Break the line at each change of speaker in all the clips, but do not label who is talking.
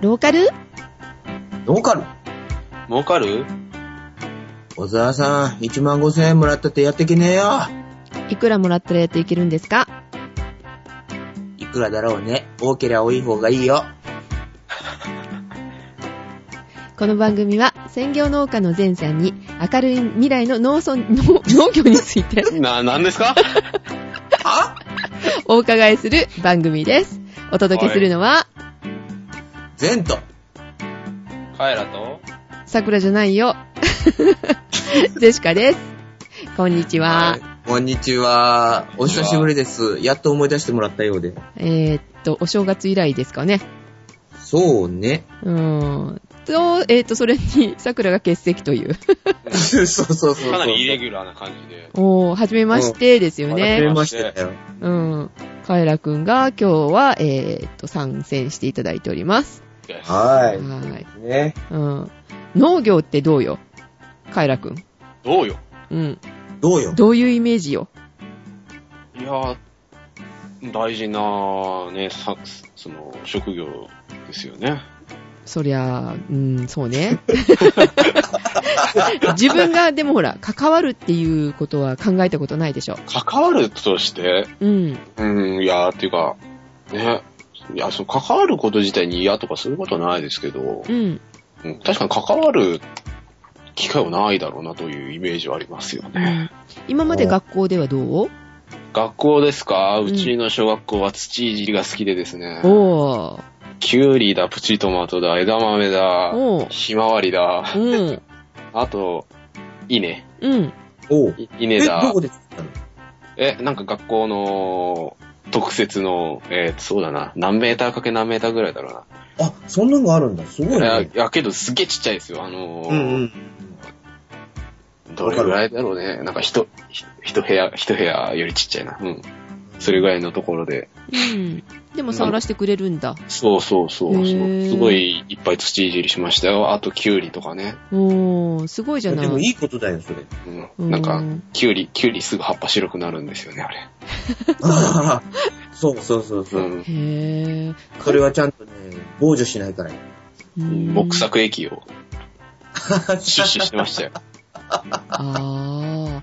ローカル
どうかる
儲かる
小沢さん、1万5千円もらったってやってけねえよ。
いくらもらったらやっていけるんですか
いくらだろうね。多けりゃ多い方がいいよ。
この番組は専業農家の前さんに明るい未来の農村農農業について
な、なんですか
は
お伺いする番組です。お届けするのは、
前途。
カエラと
桜じゃないよ。ジェシカです。こんにちは。
い。こんにちは。お久しぶりです。やっと思い出してもらったようで。
えーっと、お正月以来ですかね。
そうね。
うーん。と、えーっと、それに桜が欠席という。
そうそうそうそう。
かなりイレギュラーな感じで。
おー、はじめましてですよ
初め
ね。
ましてだよ。
うん。カエラくんが今日は、えーっと、参戦していただいております。は
は
ーい。
い。ね。
うん。農業ってどうよカエラくん。
どうよ
うん。
どうよ。
どういうイメージよ
いやー、大事なね、さ、その、職業ですよね。
そりゃあ、うん、そうね。 自分が、でもほら、関わるっていうことは考えたことないでしょ。
関わるとして、
うん。
うん、いやー、っていうか、ね、いや、その、関わること自体に嫌とかそういうことはないですけど、
うん。
うん確かに関わる機会はないだろうなというイメージはありますよね。
今まで学校ではどう
学校ですかうちの小学校は土いじりが好きでですね。
おー。
キュウリだ、プチトマトだ、枝豆だ、
おー。
ひまわりだ、
うん。
あと、稲。
うん。
おう。
い
え、
稲
ど
だ
こ。で作ったの
え、なんか学校の特設の、えーそうだな、何メーターかけ何メーターぐらいだろう
あ、そんなのがあるんだ。すごい
な。
ね
い。や、けどすげえちっちゃいですよ。あのー
うんうん。
どれぐらいだろうね。なんか一、ひ一部屋、一部屋よりちっちゃいな。うん。それぐらいのところで。
うん。でも触らせてくれるんだ。
そうそうそう。
へ
そ
ー
うすごいいっぱい土いじりしましたよ。あと、キュウリとかね。
おー、すごいじゃな
でも
い。
いいことだよ、それ。
うん。なん
う
か
ん、
キュウリ、キュウリすぐ葉っぱ白くなるんですよね、あれ。
あーそうそうそうそうう。
へ
ん。
ぇ
それはちゃんとね、防除しない からよ。
ー。
木。作液を出資してましたよ。
あ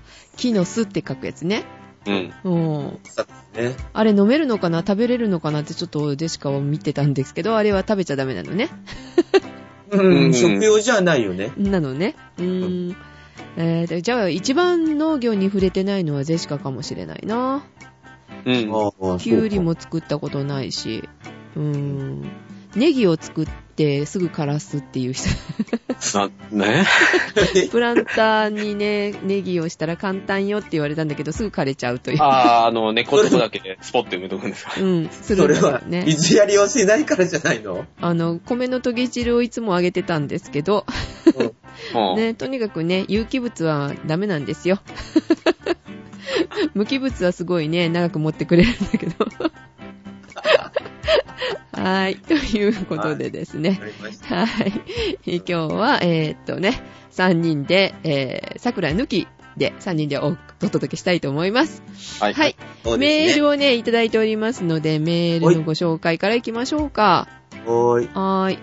ー。木の巣って書くやつね。
うん。
うん。
さね。
あれ飲めるのかな食べれるのかなってちょっとジェシカを見てたんですけど、あれは食べちゃダメなのね。
う、
うんん
食用じゃないよね。
なのね。うーん。えーでじゃあ、一番農業に触れてないのはジェシカかもしれないな。
うん。
ああ
キュウリ。も作ったことないし。うーん。ネギを作ってすぐ枯らすっていう人。
な、ね
そうか
プランターにね、ネギをしたら簡単よって言われたんだけど、すぐ枯れちゃうという。
あー、あの、猫のとこだけでスポッて埋めとくんですか。
うん、する
そ
ん
れ
だよ
は、
ね。
水やりをしないからじゃないの
あの、米の研ぎ汁をいつもあげてたんですけど、
うん。
ね、とにかくね、有機物はダメなんですよ。 無機物はすごいね、長く持ってくれるんだけど。 はい、ということでですね。
かりました。
はい。今日は、えーっとね、3人で、えー、桜抜きで3人でおお届けしたいと思います。
は
はい。
そう
メー
ですね。
ルをね、いただいておりますので、メールのご紹介からいきましょうか。
はーい。
はーい。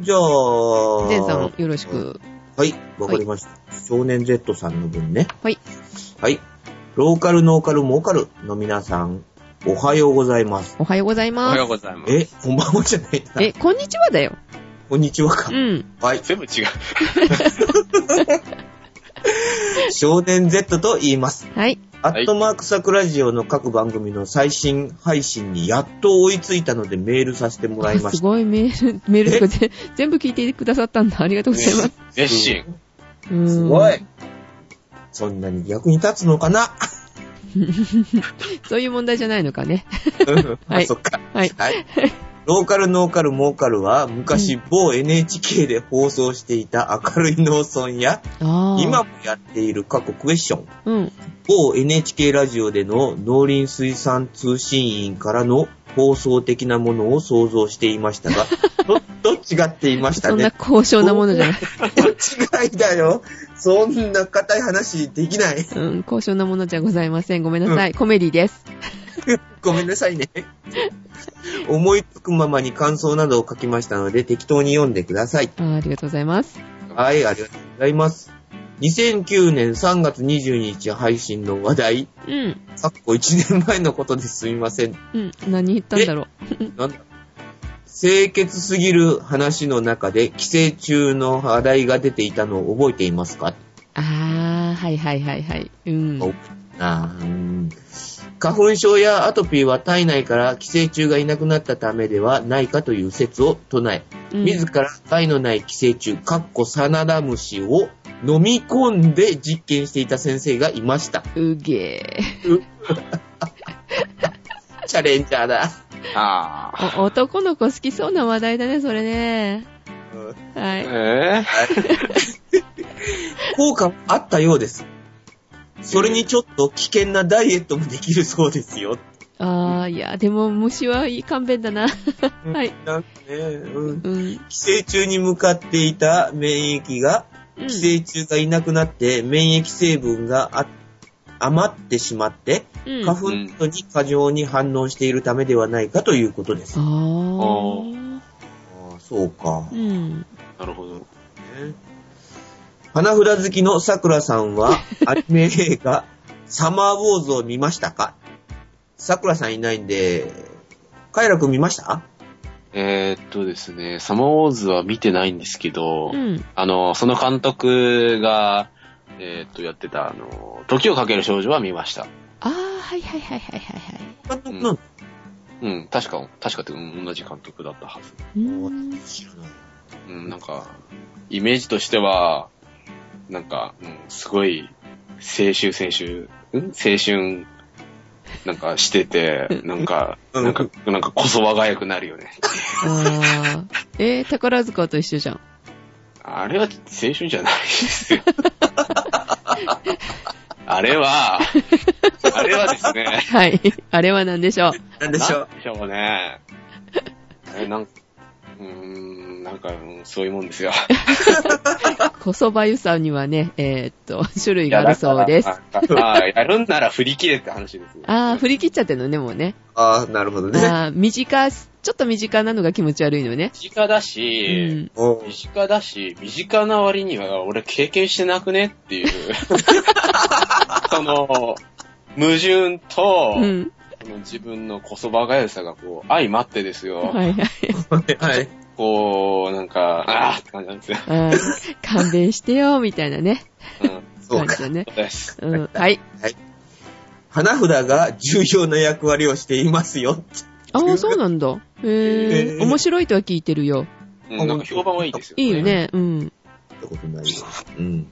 じゃあ、
ゼンさん、よろしく。
はい、わかりました。少年 Z さんの分ね。
はい。
はい。ローカル、ノーカル、モーカルの皆さん、おはようございます。
おはようござい
おは
ま
ようございます。
え、こんばんはじゃない
す。
な。
え、こんにちはだよ。
こんにちはか
う。ん。
はい。
全部違う。
少年 Z と言います。
はい。
ア
い
ットマークサクラジオの各番組の最新配信にやっと追いついたのでメールさせてもらいまし
す
た。
ごいメール、メールとかぜ全部聞いてくださったんだ。ありがとうございます。
熱心。
うん
すごい。。そんなに役に立つのかな
そういう問題じゃないのかね。
あそっか。
はい。
はい。ローカル、ノーカル、モーカルは、昔某 NHK で放送していた明るい農村や、
ああ。
今もやっている過去クエスチョン、
うん。林
某 NHK ラジオでの農林水産通信員からの放送的なものを想像していましたが、ど、どっちがっていました
そんな
ね。
高尚なものじゃない。
違いだよ。そんな硬い話できない。
うん、高尚なものじゃございません。ごめんなさい。コメディです。
ごめんなさいね。思いつくままに感想などを書きましたので、適当に読んでください。
あーありがとうございます。
はい、ありがとうございます。2009年3月22日配信の話題、
うん。
さっこ1年前のことですみません。
うん。何言ったんだろ
なんだ清潔すぎる話の中で、寄生虫の話題が出ていたのを覚えていますか、
う。あー、はいはいはいはい。うん。
おあーうん花粉症やアトピーは体内から寄生虫がいなくなったためではないかという説を唱え、
うん
自ら害のない寄生虫、かっこサナダムシを飲み込んで実験していた先生がい ました。
うげ
チャレンジャ ーだ。
あ
ー。お、男の子好きそうな話題だね、それね。は
ー。
い。
え
効果もあったようです。それにちょっと危険なダイエットもできるそうですよ。
あー、いや、でも虫はいい勘弁だな。はい。
なんかね、うん
うん。
寄生虫に向かっていた免疫が、
うん
寄生虫がいなくなって免疫成分があ余ってしまって、
うん。
花粉とに過剰に反応しているためではないかということです。
あー。
あーそうか。
うん。
ー、なるほど。
花札好きの桜さんは、アニメ映画、サマーウォーズを見ましたか桜さんいないんで、カイラくん見ました
えー、っとですね、サマーウォーズは見てないんですけど、
うん。
あの、その監督が、えー、っと、やってた、あの、時をかける少女は見ました。
あー、はいはいはいはいはいはい。
監督なの
うん、確か、確かってうん同じ監督だったはず。
うん。
知らない
うん、なんか、イメージとしては、なんか、うん、すごい、青春、青春、ん青春、なんかし てて、なんか、
うん
なんか、なんかこそ若くなるよね。
あー。えー、宝塚と一緒じゃん。
あれは青春じゃないですよ。 あれは、あれはですね、
はい。あれは何でし ょう。
なんでしょう
なんでしょうね。え、なん、うーん、なんか、うんそういうもんですよ。
こそばゆさにはね、えーっと、種類があるそうです。
いや。だからああやるんなら振り切れって話ですよ。
あー、振り切っちゃってるのね、もうね。
ああ、なるほどね。
あー、短、ちょっと短なのが気持ち悪いのね。
身近だ
う
し、
ん。
おう
身近だし、身近な割には俺経験してなくねっ ていう。その、矛盾と、
うん。
その自分のこそばがゆさがこう、相まってですよ。
はいはい。
はい。
こう、なんか、ああって感じなんですよ。
あー勘弁してよ、みたいなね。
うん。
そ
感
う
じ
か。
だね。
そうです。
うん。はい。
花札が重要な役割をしていますよ。
あー、そうなんだ。へ
え
ー。
ー
面白いとは聞いてるよ。
うん、なんか評判はいいですよ、
いいよ。ね。うん。
ってことになります。うん。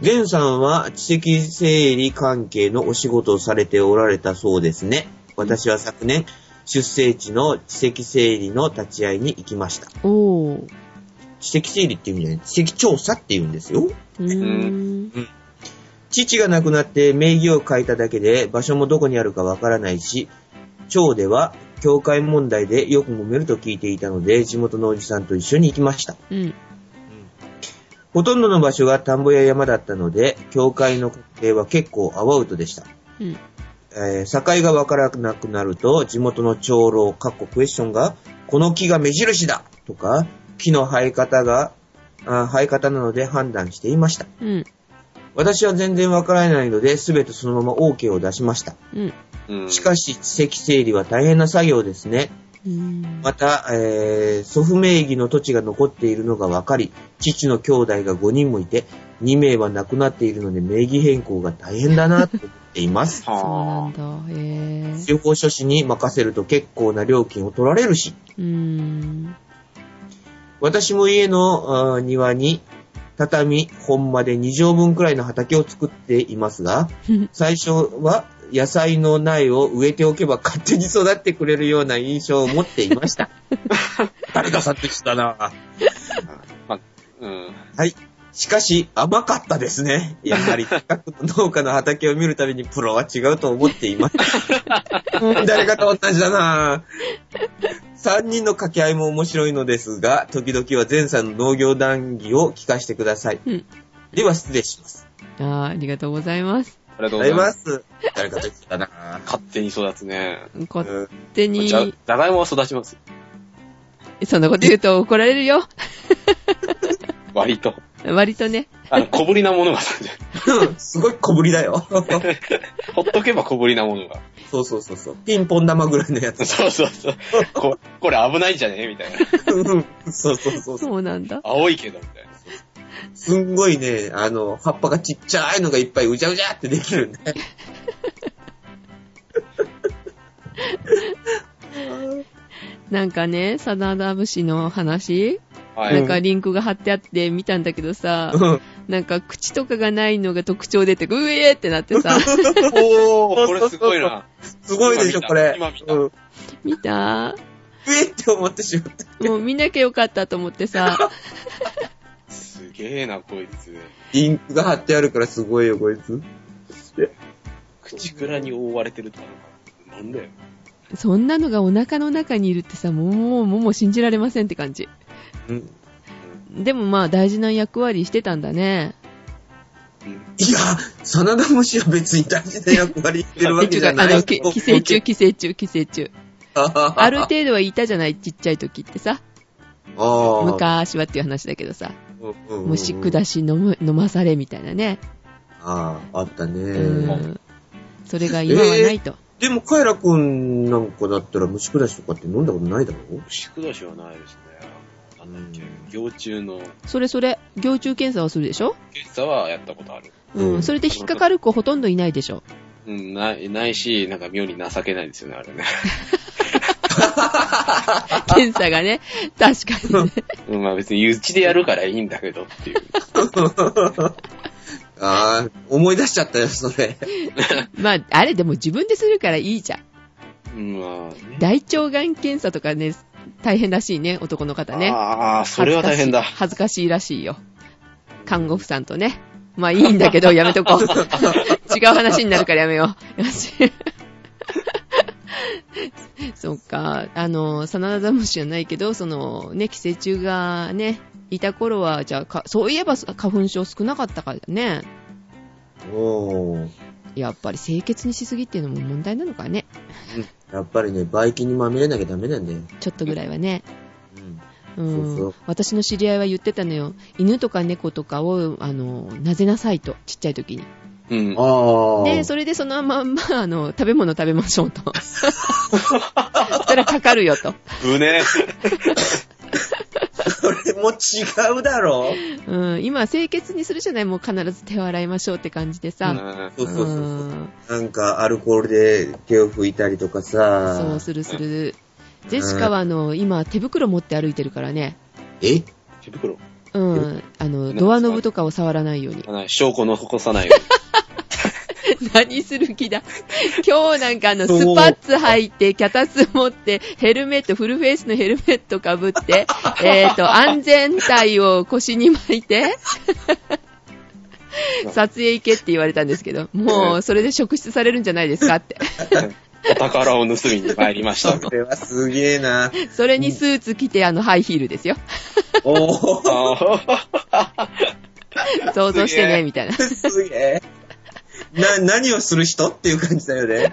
ゲンさんは知的整理関係のお仕事をされておられたそうですね。私は昨年、出生地の知的整理の立ち会いに行きました。
おー。
知的整理っていうんじゃない、知的調査っていうんですよ。
うーん。
父が亡くなって名義を変えただけで場所もどこにあるかわからないし、町では教会問題でよく揉めると聞いていたので地元のおじさんと一緒に行きました。
うん。
ほとんどの場所が田んぼや山だったので、教会の家庭は結構アワウトでした。
うん。
えー境がわからなくなると、地元の長老、かっこクエスチョンが、この木が目印だとか、木の生え方が、あー生え方なので判断していました。
うん。
私は全然わからないので、すべてそのまま OK を出しました。
うん。
うん。
しかし、地籍整理は大変な作業ですね。
うん。
また、えー祖父名義の土地が残っているのが分かり、父の兄弟が5人もいて、2名は亡くなっているので名義変更が大変だなと思っていま す。
そうな
は
んだ。へー。
司法書士に任せると結構な料金を取られるし、
うーん。
私も家のあー庭に畳本まで2畳分くらいの畑を作っていますが、最初は野菜の苗を植えておけば勝手に育ってくれるような印象を持っていました。誰かさんと一緒だな
あ。うん。
はい。しかし、甘かったですね。やはり、近くの農家の畑を見るたびにプロは違うと思ってい ます。うん誰かと同じだなぁ。3人の掛け合いも面白いのですが、時々は前さんの農業談義を聞かせてください。
うん
では、失礼します。
あー、ありがとうございます。
りがとう
ござ
ござ
い
いま。
ますす。誰かと言ってたな
勝手に育つね。
勝
うん
手
じ
に、
ゃ、じゃがいもは育ちます。
そんなこと言うと怒られるよ。
割と。
割とね。
あの、小ぶりなものが育ち
すごい小ぶり だよ。
ほっとけば小ぶりなものが。
そうそうそうそう。ピンポン玉ぐらいのやつ。
そうそうそう。 ここれ危ないんじゃねみたいな。
うんそうそうそうそう。
そうなんだ。
青いけど、みたいな。
すんごいね、あの、葉っぱがちっちゃいのがいっぱいうじゃうじゃってできるね。
なんかね、サナダ節の話、
は。
ないんかリンクが貼ってあって見たんだけどさ、
うん
なんか口とかがないのが特徴出て、うえーってなってさ、
おー、これすごいな。
すごいでしょ、これ。
今見た
うん
見た
えって思ってしまった。
もう見なきゃよかったと思ってさ、
すげえな、こいつ。
インクが貼ってあるからすごいよ、こいつ。
口くらに覆われてるとか、なんか、なんだよ。
そんなのがお腹の中にいるってさ、もう、もうもう信じられませんって感じ。
うん
でもまあ大事な役割してたんだね。
うん
いや、サナダムシは別に大事な役割してるわけじゃ
あ
ない。
の、き寄生虫、寄生虫、寄生虫。ある程度はいたじゃない、ちっちゃい時ってさ。
度
昔はっていう話だけどさ。
昔
虫下し飲む、飲まされみたいなね。
ああ、あった
う
ね。
ん。それが今はないと。
でも、カエラくんなんかだったら虫下しとかって飲んだことないだろ
牛下しはないですね。なんだっけ、幼虫の
それそれ、行虫検査をするでしょ
検査はやったことある。
う。
うんん
それで引っかかる子ほとんどいないでしょ。
うん、ない、ないし、なんか妙に情けないですよね、あれね。
検査がね。確かに ね。
うん、まあ別に、うちでやるからいいんだけどって いう。
ああ、思い出しちゃったよ、それ。
まあ、あれでも自分でするからいいじゃん。
うん、まあ、
大腸がん検査とかね、大変らしいね、男の方ね。
ああ、それは大変だ。
恥ずかしいらしいよ。看護婦さんとね。まあいいんだけ ど、やめとこう。 違う話になるからやめよう。よ し。そっか、あの、サナダザムシじゃないけど、その、ね、寄生虫がね、いた頃は、じゃあか、そういえば花粉症少なかったからね。
おー
やっぱり清潔にしすぎっていうのも問題なのかね。
やっぱりね、バイキンにまみれなきゃダメなんだよ。
ちょっとぐらいはね。
うん
うん
そうそう
私の知り合いは言ってたのよ犬とか猫とかをあのなぜなさいとちっちゃい時に
うん。
ああ。
でそれでそのまんまあの食べ物食べましょうと そしたらかかるよと、
ぶね。
それも違うだろ。
うん、今は清潔にするじゃないもう必ず手を洗いましょうって感じでさ、
そう
うん、
そうそうそう。なんか、アルコールで手を拭いたりとかさ。
そうするするジェシカはあの今手袋持って歩いてるからね
え
手袋。
うん、あの、ドアノブとかを触らないように。
ない証拠残さないよ
何する気だ今日なんかあの、スパッツ履いて、キャタス持って、ヘルメット、フルフェイスのヘルメットかぶって、えっと、安全帯を腰に巻いて、撮影行けって言われたんですけど、もう、それで職質されるんじゃないですかって。
うに。お宝を盗みに参りました。
それはすげえな。
それにスーツ着て、あの、ハイヒールですよ。
おー、
ああ。
想像してね、みたいな。
すげえ。な、何をする人っていう感じだよね。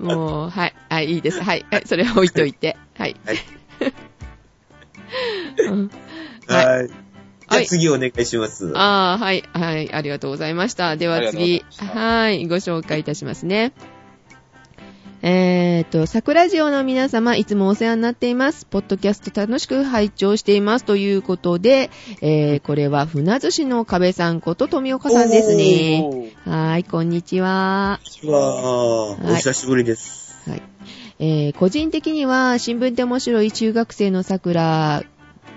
もう、はい、はい、いいです。はい、はいそれは置いといて。はい。
はい
うんはい
はい。じゃ
は
あ
い
次お願いします。
ああ、はい、はい、ありがとうございました。では次
ありがとう、ございました
はい、ご紹介いたしますね。えーと、桜ジオの皆様、いつもお世話になっています。ポッドキャスト楽しく拝聴しています。ということで、えー、これは船寿司の壁さんこと富岡さんですね。はーい、こんにちは。
こんにちは
はい
お久しぶりです。
はい。えー個人的には、新聞で面白い中学生の桜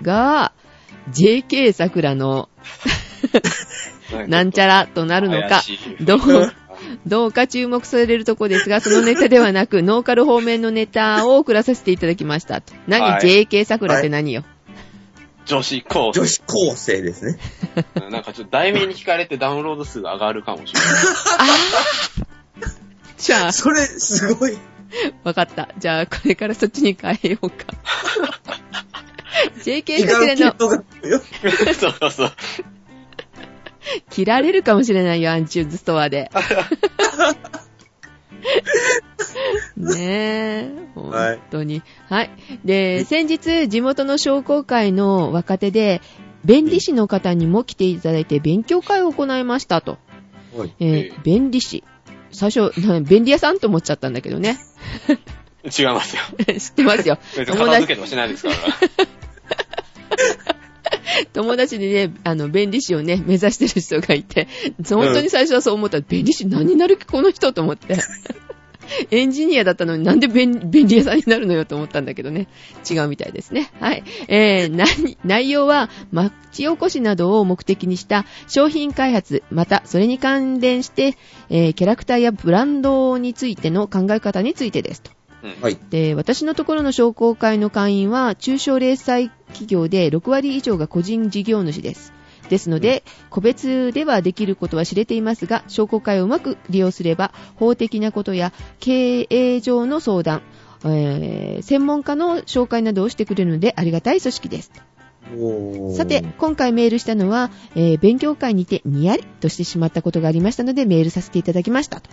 が、JK 桜のなんちゃらとなるのか、どう、どうか注目されるとこですが、そのネタではな く、ノーカル方面のネタを送らさせていただきましたと。何、
はい
JK 桜って何よ、
女子高生
女。子高生ですね。
なんかちょっと題名に惹かれてダウンロード数が上がるかもしれ
じゃあ、
それ、すごい。
わかった。じゃあ、これからそっちに変えよう か。JK 桜の、
系統が。
ない。そうそうそう。
切られるかもしれないよ、アンチューズストア で。ねえ、本当に。はい。で、先日、地元の商工会の若手で、弁理士の方にも来ていただいて勉強会を行いましたと。
はい。
えー弁理士。最初、 な便利屋さんと思っちゃったんだけどね。
違いますよ。
知ってますよ。
別に
友
片付
達、
けとかしないですから。
友達にね、あの、弁理士をね、目指してる人がいて、本当に最初はそう思った。弁理士何になる気この人と思って。 エンジニアだったのになんで便便利屋さんになるのよと思ったんだけどね。違うみたいですね。はい。えー、内内容は、町おこしなどを目的にした商品開発、またそれに関連して、えーキャラクターやブランドについての考え方についてですと。
うん
はい。
で、私のところの商工会の会員は、中小零細企業で6割以上が個人事業主です。ですので、個別ではできることは知れていますが、商工会をうまく利用すれば、法的なことや経営上の相談、えー専門家の紹介などをしてくれるのでありがたい組織です。
おー
さて、今回メールしたのは、えー勉強会にてにやりとしてしまったことがありましたので、メールさせていただきましたと。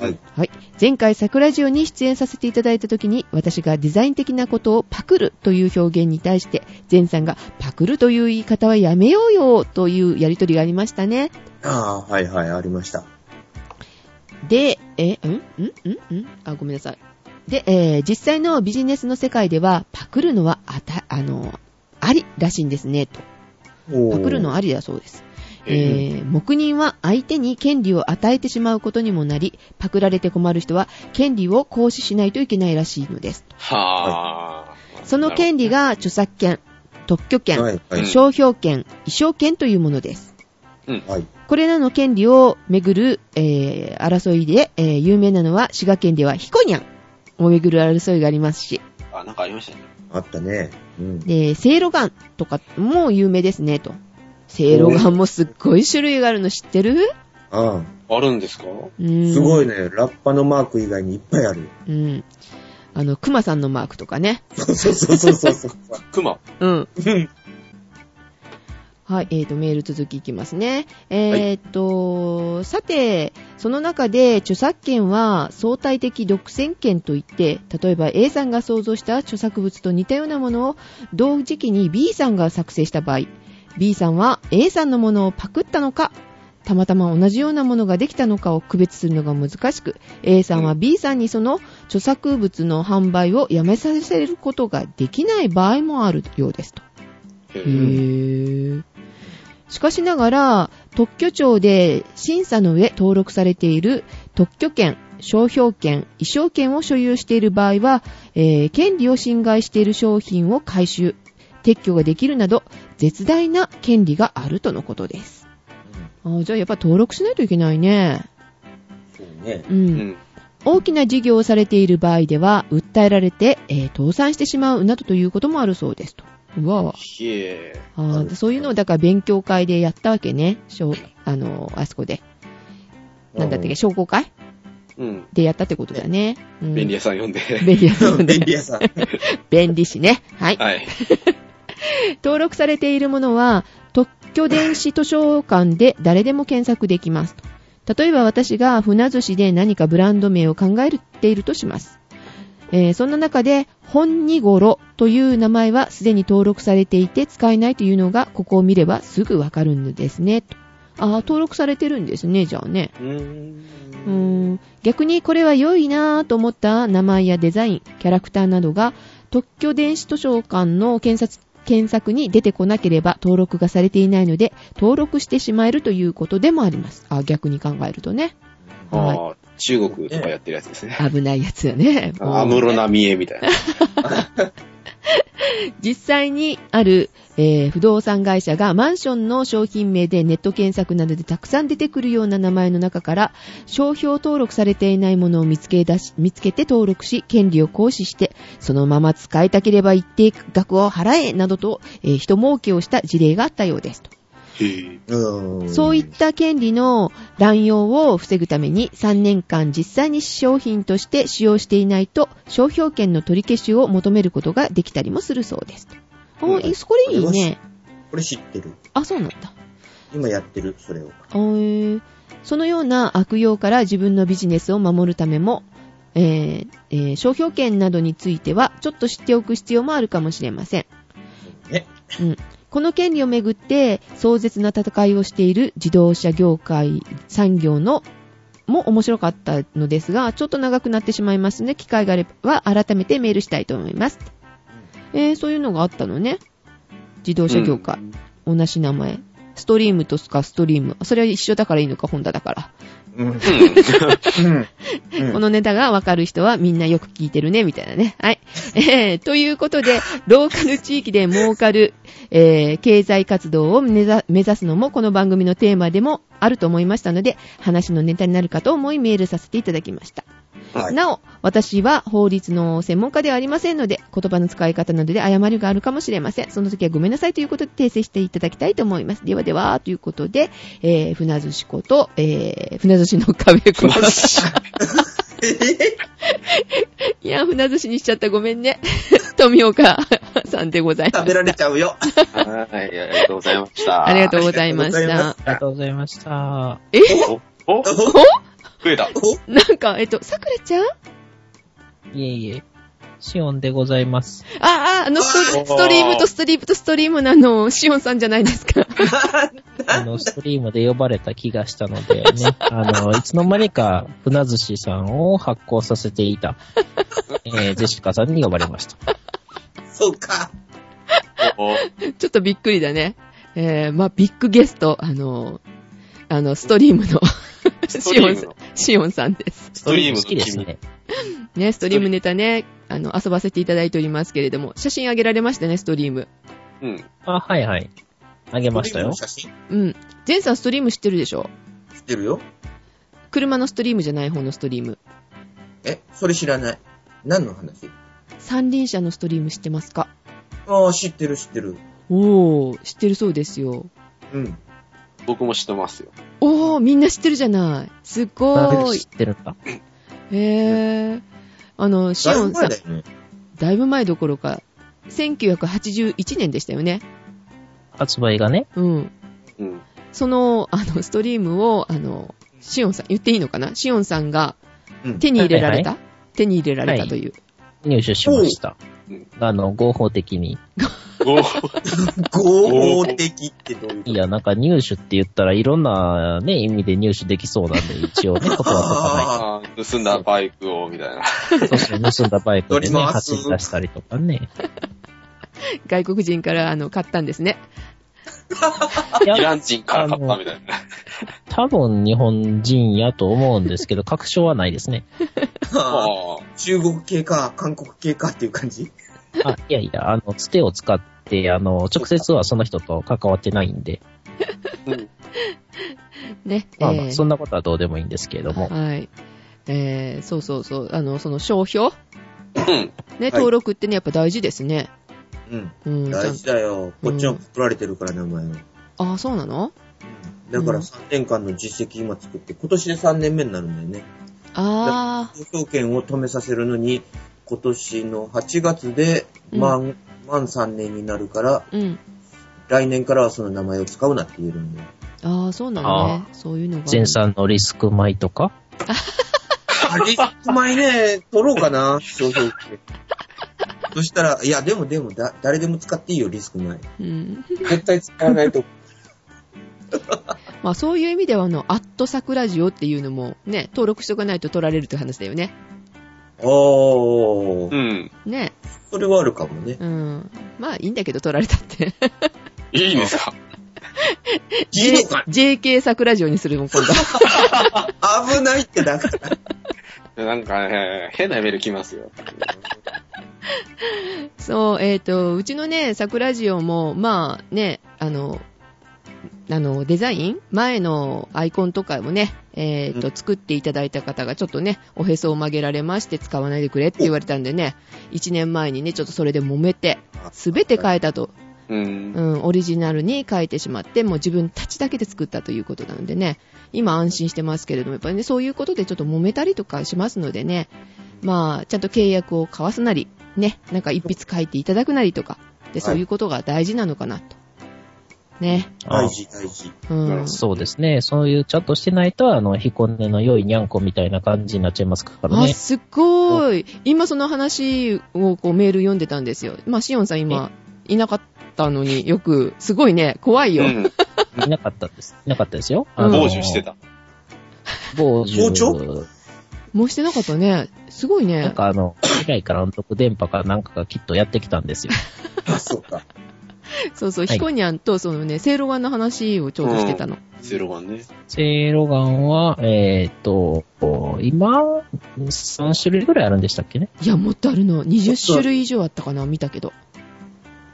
はい。
はい。前回桜ジオに出演させていただいた時に、私がデザイン的なことをパクるという表現に対して、前さんがパクるという言い方はやめようよというやりとりがありましたね。
ああ、はいはい、ありました。
で、え、んんんんあ、ごめんなさい。で、えー実際のビジネスの世界では、パクるのはあた、あの、ありらしいんですね、と。
おー
パクるのありだそうです。
え
えー黙認は相手に権利を与えてしまうことにもなり、パクられて困る人は権利を行使しないといけないらしいのです。
はぁ。
その権利が著作権、特許権、
はいはい。
商標権、衣装権というものです。
はい。
これらの権利をめぐる、えー争いで、えー有名なのは滋賀県ではヒコニャンをめぐる争いがありますし、
あ、なんかありましたね。
あったね。うん。
で、セイロガンとかも有名ですね、と。セイロガンもすっごい種類があるの知ってる
ああ、
あるんですか
うん。
すごいね。ラッパのマーク以外にいっぱいある。
うん。あの、熊さんのマークとかね。
そうそうそうそうそう。
熊。
うん。
うん
はい、えーと、メール続きいきますね。えーと、さて、その中で著作権は相対的独占権といって、例えば A さんが想像した著作物と似たようなものを同時期に B さんが作成した場合、B さんは A さんのものをパクったのか、たまたま同じようなものができたのかを区別するのが難しく、A さんは B さんにその著作物の販売をやめさせることができない場合もあるようですと。
へ
へ
ぇ。
ーしかしながら、特許庁で審査の上登録されている特許権、商標権、衣装権を所有している場合は、えー権利を侵害している商品を回収、撤去ができるなど、絶大な権利があるとのことです。あーじゃあやっぱ登録しないといけないね。
そうね。
うん
うん。
大きな事業をされている場合では、訴えられて、えー倒産してしまうなどということもあるそうですと。うわぁ。
ひえー。
あ
なる
ー
ほど
そういうのをだから勉強会でやったわけね。しょうあの、あそこで。なんだったっけ、商工会
うん。
でやったってことだね。うん
便利屋さん呼んで。
便利屋 さ
うんん。便
で。
利屋さん。
便利しね。はい。
はい。
登録されているものは、特許電子図書館で誰でも検索できますと。例えば私が船寿司で何かブランド名を考えているとします。えーそんな中で、本にごろという名前はすでに登録されていて使えないというのが、ここを見ればすぐわかるんですね。とあー登録されてるんですね、じゃあね。
うーん。
うーん逆にこれは良いなぁと思った名前やデザイン、キャラクターなどが特許電子図書館の検索検索に出てこなければ登録がされていないので登録してしまえるということでもあります。あ、逆に考えるとね。はい。
ああ、中国とかやってるやつですね。
危ないやつよね。もう
アムロナミエみたいな。
実際にある、えー不動産会社がマンションの商品名でネット検索などでたくさん出てくるような名前の中から商標登録されていないものを見つけ出し見つけて登録し権利を行使してそのまま使いたければ一定額を払えなどと、えー人儲けをした事例があったようですと。
へぇ。
うん。
そういった権利の乱用を防ぐために3年間実際に商品として使用していないと商標権の取り消しを求めることができたりもするそうです。お
うん
いいそこでいいね。
これ知ってる。
あ、そうなんだ。
今やってる、それを。
えーそのような悪用から自分のビジネスを守るためも、えーえー商標権などについてはちょっと知っておく必要もあるかもしれません。
ね。
うん、この権利をめぐって壮絶な戦いをしている自動車業界産業のも面白かったのですが、ちょっと長くなってしまいますので、機会があれば改めてメールしたいと思います。えーそういうのがあったのね。自動車業界。同じ名前。ストリームとすかストリーム。それは一緒だからいいのか、ホンダだから。
うん。うん。
うん。
うん
このネタがわかる人はみんなよく聞いてるね、みたいなね。はい。 えーということで、ローカル地域で儲かる、えー経済活動を目ざ目指すのもこの番組のテーマでもあると思いましたので、話のネタになるかと思いメールさせていただきました。
はい。
なお、私は法律の専門家ではありませんので、言葉の使い方などで誤りがあるかもしれません。その時はごめんなさいということで訂正していただきたいと思います。ではでは、ということで、えー、船寿司こと、えー、船寿司の壁子。 いや、船寿司にしちゃったごめんね。 富岡さんでございま
食べ
す。
られちゃうよ。
はい、ありがとうございました。
ありがとうございま
あ
し
りがとうござ
た
います。
ありがとうございました。
え
おお増
お
えた。
お
なんか、えっと、桜ちゃん
いえいえ、シオンでございます。
あ、あ、あのストリ、
おー
ストリームとストリームとストリームなの、シオンさんじゃないですか。
あの、ストリームで呼ばれた気がしたので、 ね、あの、いつの間にか、船寿司さんを発行させて いた、えージェシカさんに呼ばれました。
そうか。
お
ちょっとびっくりだね。えー、まあ、ビッグゲスト、あのー、あの、ストリームの
スト
シ
リ
オン
ーム
さん
の、
シオンさんです。
ス
ス
トリームの
好きですね。
ね、ストリームネタね、あの、遊ばせていただいておりますけれども、写真あげられましたね、ストリーム。
君うん。
あ、はいはい。あげましたよ
の。写真
うん。ジェンさんストリーム知ってるでしょ
知ってるよ。
車のストリームじゃない方のストリーム。
え、それ知らない。何の話
三輪車のストリーム知ってますか
ああ、知ってる知ってる。
おー、知ってるそうですよ。
うん。
僕も知ってますよ。
おー、みんな知ってるじゃない。すっ
なん
ご
で
い
知。ってるんだ。
へー。あの、シ
だい
オ
ぶ
ンさ
前
ん
だ、よね。
だいぶ前どころか、1981年でしたよね。
発売がね。
うん。
うん。
その、あの、ストリームを、あの、シオンさん、言っていいのかなシオンさんが
うん
手に入れられた、手に入れられた
はい
という。
入手しました
うん。
あの、合法的に。
お
合法的ってどういうこと
いや、なんか入手って言ったらいろんなね、意味で入手できそうなんで、一応ね、 断っと
あ
か
ー盗んだバイクを、みたいな。
ないと。そうそう、盗んだバイクで
乗
ね、
ります
走り出したりとかね。
外国人から、あの、買ったんですね。
いや
イラン人から買ったみたいな。
多分日本人やと思うんですけど、確証はないですね。
あ
あ
ー中国系か、韓国系かっていう感じ
あ、いやいや、あの、つてを使って、あの、直接はその人と関わってないんで、
ーうん
ね。
まあ
え
まあ、
ー
そんなことはどうでもいいんですけれども。
はい。えー、そうそうそう。あの、その商標
うん。
ね、
い
登録ってね、やっぱ大事ですね。
うん。
うん。ちゃ
大
ん
事だよ。こっちは取られてるから、名前を。
ああ、そうなの
だか
う
ら
ん
3年間の実績今作って、今年で3年目になるんだよね。
あ
投票権を止めさせるのに、今年の8月で
うん
満、満3年になるから、
あ、うん。
来年からはその名前を使うなって言えるんだよ。
ああ、そうなのね。そういうのが。
前産のリスク米とか、
あれ、1枚ね、 取ろうかな、投票権。そしたら、いや、でもでもだ、誰でも使っていいよ、リスク前。
うん。
絶対使わないと。
まあそういう意味では、あの、アットサクラジオっていうのもね、登録しとかないと取られるって話だよね。
お
う
ー、
ん。
ね。
それはあるかもね。
うん。まあいいんだけど取られた って。
いいんですか
いいのか
J- ?JK サク ラジオにするもん、今度。
危ないってだか ら。
なんかね、変なメール来ますよ。
そう、えっ、と、うちのね、サクラジオも、まあね、あの、あの、デザイン前のアイコンとかもね、えっ、と、
う
作っていただいた方がちょっとね、おへそを曲げられまして使わないでくれって言われたんでね、1年前にね、ちょっとそれで揉めて、すべて変えたと。
うん
う。ん、オリジナルに変えてしまって、もう自分たちだけで作ったということなのでね、今安心してますけれども、やっぱりね、そういうことでちょっと揉めたりとかしますのでね、まあ、ちゃんと契約を交わすなり、ね、なんか一筆書いていただくなりとか、で、そういうことが大事なのかなと。ね。
大事、大事。
うん。
そうですね。そういうちゃんとしてないと、あの、彦根の良いにゃんこみたいな感じになっちゃいますから
あ、
ね。
すっごい。今その話をこうメール読んでたんですよ。まあ、シオンさん今、いなかったのによく、すごいね、怖いうよ。
ん。
いなかったです。いなかったですよ。
うん
あの
傍受して。た。
傍受。
傍聴
もうしてなかったね。すごい
なん
ね。
かあの、未来からの特電波かなんかがきっとやってきたんですよ。
あ、そうか。
そうそう、
はい
ヒコニャンとそのね、セイロガンの話をちょうどしてたの。
ゼロ番ね。
セイロガンは、えーっと、今、3種類ぐらいあるんでしたっけね
いや、もっとあるの。20種類以上あったかな、見たけど。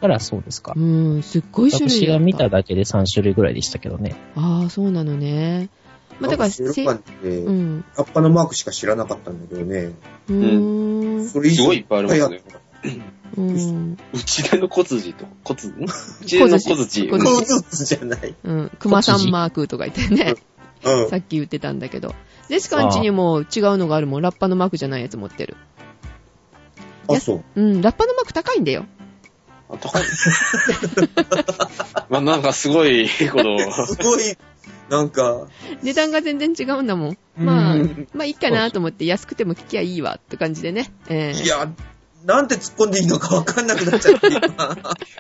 あら、そうですか
う。ーん、すっごい種類だっ
私
た
が見ただけで3種類ぐらいでしたけどね。
ああ、そうなのね。 まあ、だから、せ、
16番
う
って、
ん。
カッパのマークしか知らなかったんだけどね。
うーん。
それ以上
すごいいっぱいありますね
っぱいあった。
うん。
内田の小辻と、小辻、ん内田の小辻。
小辻
うん
そうずつじゃない。
うん。熊さんマークとか言ってね、
うん。
さっき言ってたんだけど。ジェシカんちにも違うのがあるもん。ラッパのマークじゃないやつ持ってる。
あ、そう。
うん。ラッパのマーク高いんだよ。
あ高い。まあ、なんかすごい、この、
すごい、なんか、
値段が全然違うんだもん。まあ
うん、
まあいいかなと思って、安くても聞きゃいいわ、って感じでね。え
い
え
や、なんて突っ込んでいいのかわかんなくなっちゃって、 今。
あ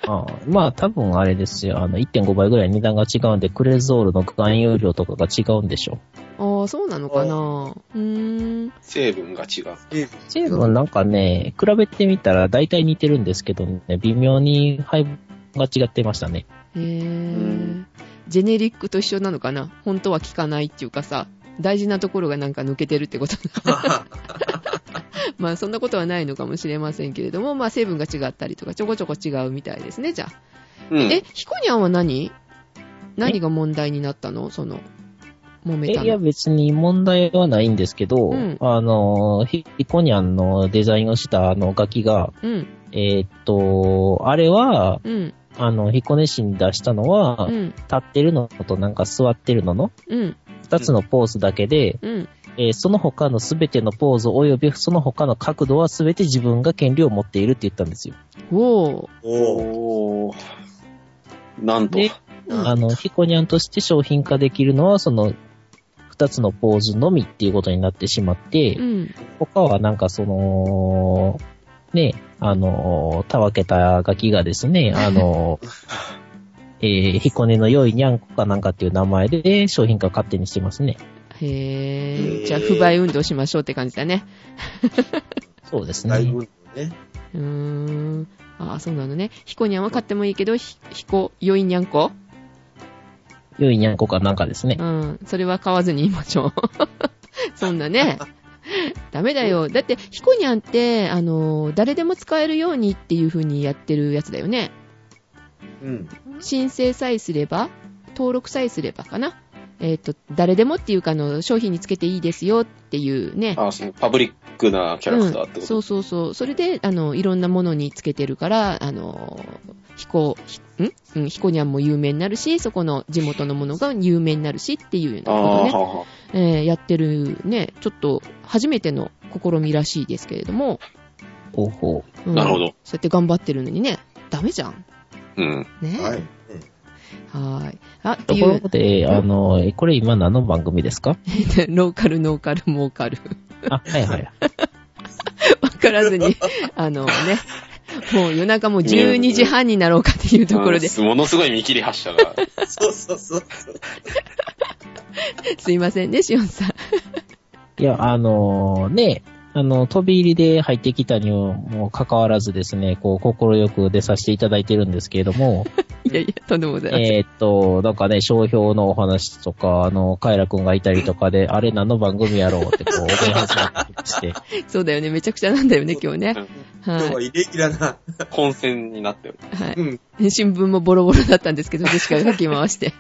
あまあ、多分あれですよ。あの、1.5倍ぐらい値段が違うんで、クレゾールの含有量とかが違うんでしょ
ああ、そうなのかなうーん。
成分が違う。
う。成分なんかね、比べてみたら大体似てるんですけどね、微妙に配分が違ってましたね。
へえ
ん。
ジェネリックと一緒なのかな本当は聞かないっていうかさ、大事なところがなんか抜けてるってことまあそんなことはないのかもしれませんけれども、まあ成分が違ったりとかちょこちょこ違うみたいですね、じゃあ。
うん。
え、ヒコニャンは何何が問題になったのその、揉
え
めた
いや、
の。
別に問題はないんですけど、
うん
あの、ヒヒコニャンのデザインをしたあの楽器が、
うん、
えーっと、あれは、
うん、
あの、ヒコネシに出したのは、
うん、
立ってるのとなんか座ってるのの
うん、
二つのポーズだけで、
うん。
えーその他のすべてのポーズ及びその他の角度はすべて自分が権利を持っているって言ったんですよ。
おー。
おー
おー。なんと。
で、
うん
あの、ヒコニャンとして商品化できるのはその二つのポーズのみっていうことになってしまって、
うん、
他はなんかその、ね、あの、たわけたガキがですね、あの、えー、ヒコネの良いにゃんこかなんかっていう名前で商品化勝手にしてますね。
へ
へ
ー。
ー
じゃあ、不買運動しましょうって感じだね。
そうです
だい
ね。
ぶね。
うーん。ああ、そうなのね。ヒコニャンは買ってもいいけど、ひヒコ、ヨイニャンコ
良いにゃんこかなんかですね
う。ん。それは買わずに言いましょう。 そんなね。ダメだよ。だって、ヒコニャンって、あのー、誰でも使えるようにっていう風にやってるやつだよね。
うん。
申請さえすれば、登録さえすればかな。えっ、と、誰でもっていうか、あの、商品につけていいですよっていうね。
あ、そのパブリックなキャラクタ
う
ーって
ん
こ
そ
と
うそうそう。それで、あの、いろんなものにつけてるから、あの、飛行、ひんうん、ヒコニャンも有名になるし、そこの地元のものが有名になるしっていうような
ああ、
こと
は
ね、
は。
えーやってるね、ちょっと初めての試みらしいですけれども、
ほうほう。
うん
なるほど。
そうやって頑張ってるのにね、ダメじゃん。
うん。
ね。
はい。
はーい。あ、って
と
い
ころ
う、
で、あの、えこれ今何の番組ですか
ローカル、ノーカル、モーカル。
あ、はいはい。
わからず に、あのね、もう夜中もう12時半になろうかっていうところ で、
うんものすごい見切り発車が。
そうそうそう。
すいませんね、しおんさん。
いや、あのね、あの、飛び入りで入ってきたにもかかわらずですね、こう、心よく出させていただいてるんですけれども、
いやいや、とんでもございません。
えーっと、なんかね、商標のお話とか、あの、カイラくんがいたりと かで、あれ何の番組やろうってこう、思い始めてきて、
そうだよね、めちゃくちゃなんだよね、今日ね。
今日
は
はイレギュラーな。
うん混戦になっ てる。
い。は
うん。
い。新聞もボロボロだったんですけど、ジェシカが書き回して。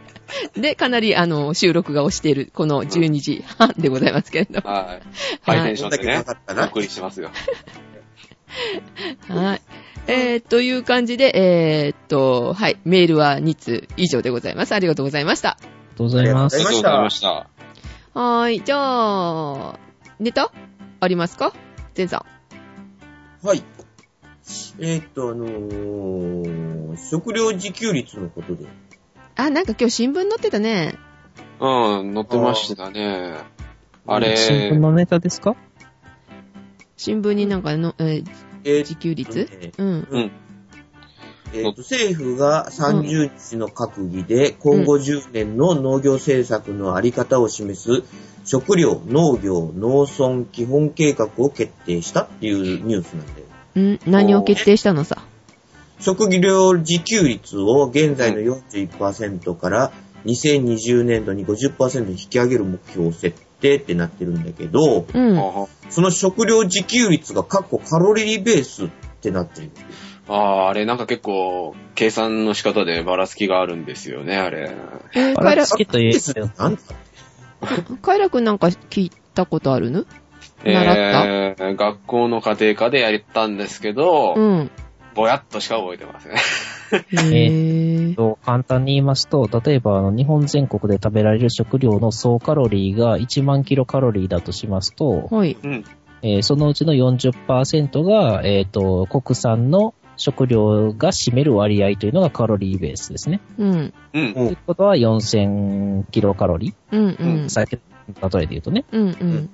で、かなり、あの、収録が押している、この12時半でございますけれども。
はい。ハイテンションでね
どんだけかかった、
お
な
送りしてますよ。
はい。えー、という感じで、えー、っと、はい。メールは2通以上でございます。ありがとうございました。
ありがとうございま
あ
あ
す
り
り。が
がと
とうござい
うございま
ま
した。
はーい。じゃあ、ネタありますかゼンさん。
はい。えーっと、あのー、の食料自給率のことで。
あ、なんか今日新聞載ってたね。
うん、載ってましたね。あ
新聞
れ、
のネタですか
新聞になんかの、えー
えー
自給率
え
うん。
えーと政府が30日の閣議で、今後10年の農業政策のあり方を示す、食料、農業、農村基本計画を決定したっていうニュースなんで。
ん何を決定したのさ。
食料自給率を現在の41%から2020年度に50%に引き上げる目標を設定ってなってるんだけど、
うん。
あ
その食料自給率が過去カロリーベースってなってる。
あー、あれなんか結構、計算の仕方でばらつきがあるんですよね、あれ。
えー、
あ
カイ
れ、
ラ
チ、ケット言
ベ
え
ースってなんだ
カイラくんなんか聞いたことあるの習
えー、学校の家庭科でやったんですけど、
うん。
ぼやっとしか覚えてません。
へぇー。
と簡単に言いますと、例えばあの日本全国で食べられる食料の総カロリーが1万キロカロリーだとしますと、
はい。
うん。
えーそのうちの40%が、えっと国産の食料が占める割合というのがカロリーベースですね。
うん。
うん。
うん
ということは4000キロカロリ
うんう
ー、
ん。
さっきの例えで言うとね。
うんうん。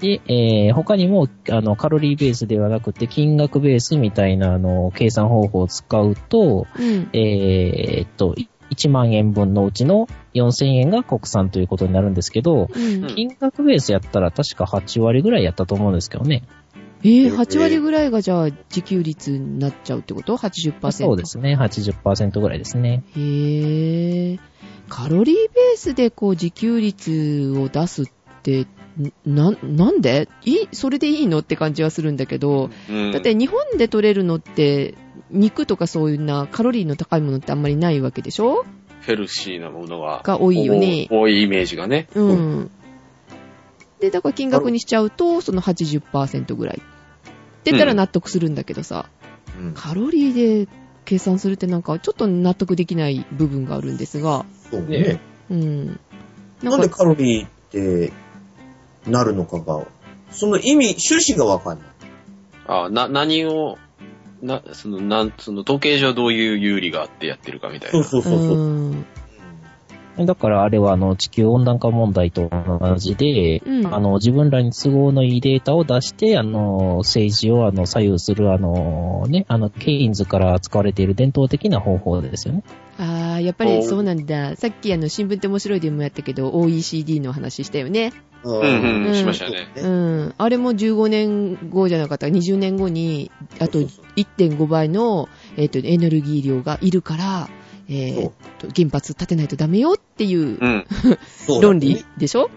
で、えー他にもあのカロリーベースではなくて金額ベースみたいなあの計算方法を使うと、
うん。
えーっと、1万円分のうちの4000円が国産ということになるんですけど、
うん。
金額ベースやったら確か8割ぐらいやったと思うんですけどね。
えー、8割ぐらいがじゃあ自給率になっちゃうってこと ?80%?
そうで。すね。80%ぐらいですね。
へぇー。カロリーベースでこう自給率を出すって、な、なんでいいそれでいいのって感じはするんだけど、
うん
だって日本で取れるのって、肉とかそういうなカロリーの高いものってあんまりないわけでしょ
ヘルシーなものが、
が多いよね。
多いイメージがね。
うん。で、だから金額にしちゃうと、その80%ぐらい。って言ったら納得するんだけどさ、
うん
カロリーで計算するってなんかちょっと納得できない部分があるんですが、
そうね。
うん。な
なん
ん
で
か、
カロリーってなるのかが、その意味、趣旨がわかんない。
ああ、な、何を、な、その、なん、その、統計上どういう有利があってやってるかみたい
そう
な。
そうそうそう。
うん。
だからあれはあの地球温暖化問題と同じで、
うん
あの自分らに都合のいいデータを出して、あの政治をあの左右するあのね、あのケインズから使われている伝統的な方法ですよね。
あー、やっぱりそうなんだ。さっきあの、新聞って面白いでもやったけど、OECD の話したよね。
う
うん
う
うんん、しましたね。
うん。あれも15年後じゃなかった、20年後に、あと
そうそう
1.5倍の、えっ、と、エネルギー量がいるから、えー
そ
と、原発建てないとダメよっていう
うん。
そう
論理でしょ、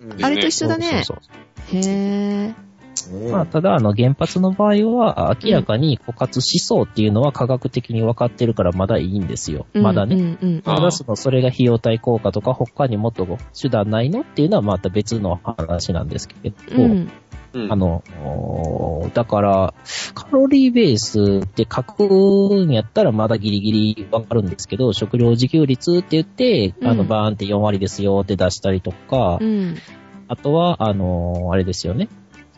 うん
ですね
あれと一緒だね。
そうそう
へぇ
そうまあ、ただあの原発の場合は明らかに枯渇しそうっていうのは科学的に分かってるからまだいいんですよ。
ー。
まだね。
うんうんうん
あ
ただその、それが費用対効果とか、他にもっと手段ないのっていうのはまた別の話なんですけど、
うん。
うん
あの、おーだから、カロリーベースって書くんやったらまだギリギリわかるんですけど、食料自給率って言って、あ
う
の、
ん
バーンって4割ですよって出したりとか
う、ん。
あとは、あの、あれですよね。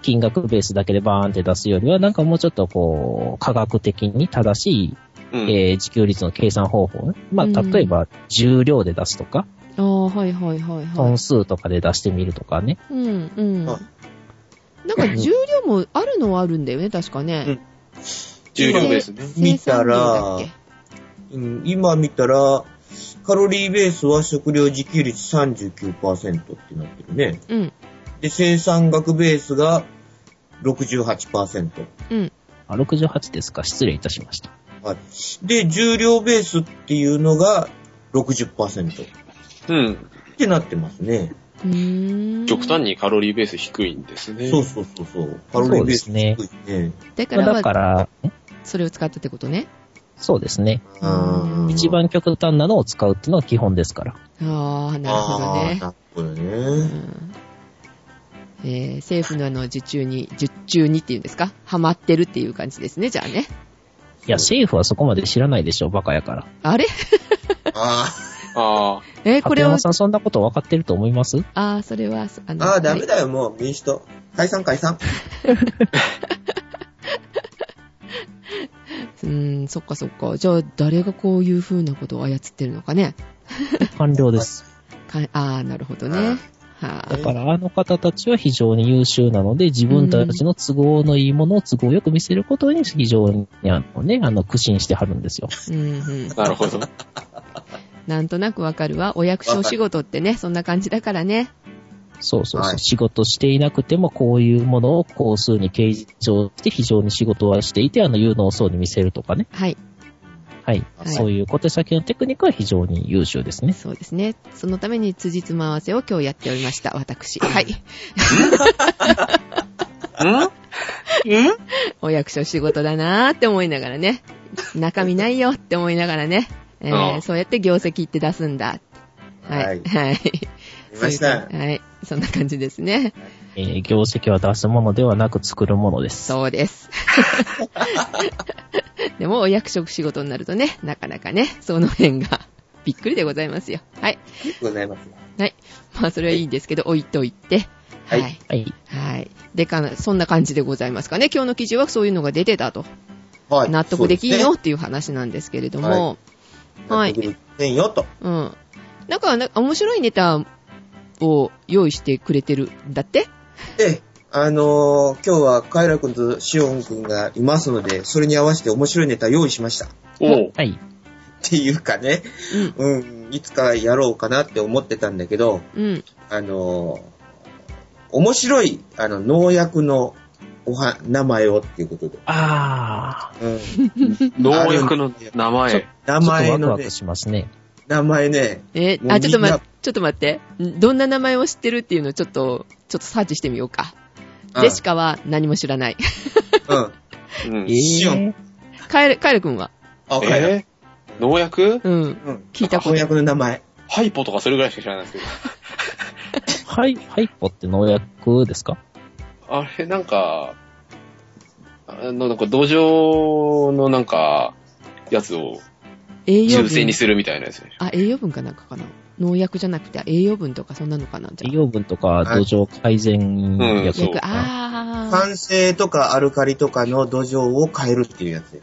金額ベースだけでバーンって出すよりは、なんかもうちょっとこう、科学的に正しい、
うん
えー自給率の計算方法ね。まあ、
うん
例えば、重量で出すとか、
ああ、はいはいはいは
本
い。
数とかで出してみるとかね。
うんうん。
はい
なんか重量もあるのはあるんだよね、確かね。
重量ですね。
生産量だっけ
見うん今見たら、カロリーベースは食料自給率39%ってなってるね。
うん。
で、生産額ベースが68%。
うん。
あ、68ですか。失礼いたしました。
はい。で、重量ベースっていうのが60%っ
うん。
てなってますね。
うーん。
極端にカロリーベース低いんですね。
そうそうそうそう。カロリーベース低いね。ね
だか
まあ
ら、
だから、
それを使ったってことね。
そうですね。
う
一番極端なのを使うっていうのは基本ですから。
ああ、なるほど
ああー、
ね。
なるほど
う
ね。
んえー政府のあの受注に、受注にっていうんですかハマってるっていう感じですね、じゃあね。
いや、政府はそこまで知らないでしょ、バカやから。
あれ
あ
あ
えーこ
竹
れを
山、さん、そんなこと分かってると思います
ああ、それは、あ
あ、ああ、ダメ
はい
だよ、もう民主党。解散解散。
うーん、そっかそっか。じゃあ、誰がこういう風なことを操ってるのかね。
完了です。
かあー、なるほどね。は
だからあの方たちは非常に優秀なので、自分たちの都合のいいものを都合よく見せることに非常にあの、ね、あの苦心してはるんですよ。
い。うんうん。
なるほど。
なんとなくわかるわ。お役所仕事ってね、そんな感じだからね。
そうそうそう、
はい
仕事していなくてもこういうものを工数に計上して非常に仕事はしていて、あの有能そうに見せるとかね。
はい。
はい。
はい
そういう小手先のテクニックは非常に優秀ですね。
そうですね。そのために辻褄合わせを今日やっておりました。私。はい。 お役所仕事だなーって思いながらね。中身ないよって思いながらね。えー
ああ
そうやって業績って出すんだ。はい。はい。
見ました。
はい。そんな感じですね。
えー業績は出すものではなく作るものです。
そう です。でも、お役職仕事になるとね、なかなかね、その辺がびっくりでございますよ。はい。
ございます。
はい。まあ、それはいいんですけど、置いといて。は。
はいい
はい。
はい。
でか、そんな感じでございますかね。今日の記事はそういうのが出てたと。
はい。
納得できん
そ
よ
う
っていう話なんですけれども。
ですね。
は
納
い
得。できんよと。
うん。なんか、な面白いネタを用意してくれてるんだって
で、あのー今日はカイラ君とシオン君がいますので、それに合わせて面白いネタ用意しました。っ
おう。
はい。
ていうかね、うん、いつかやろうかなって思ってたんだけど、
うん。
あのー面白い、あの、農薬のおは、名前をっていうことで。
あ
うん。
農薬の名前。
名
ー。ちょっと
前
ワク
の
ワ
ね
ク、しますね。
名前ね、
え
もうみん
あ、
な
ちょっと待って、ちょっと待って。んどんな名前を知ってるっていうのをちょっと、ちょっとサーチしてみようか。
うん
ジェシカは何も知らない。
うん。
うん
え。ー、
カエル、カエル君は
あ、カイラ。
えー農薬
うん。
うん。
聞いたこ
農
と。
薬の名前。
ハイポとかそれぐらいしか知らないんですけ
はい、ハイポって農薬ですか
ど。あれ、なんか、あの、なんか土壌のなんか、やつを
栄養
重性
分
に。するみたいなやつでしょ。
あ、栄養分かなんかかな。農薬じゃなくて栄養分とかそんなのかなじゃ
栄養分とか土壌改善
あ。
薬
そう
薬
と、か、
あ
酸性とかアルカリとかの土壌を変えるっていうやつ。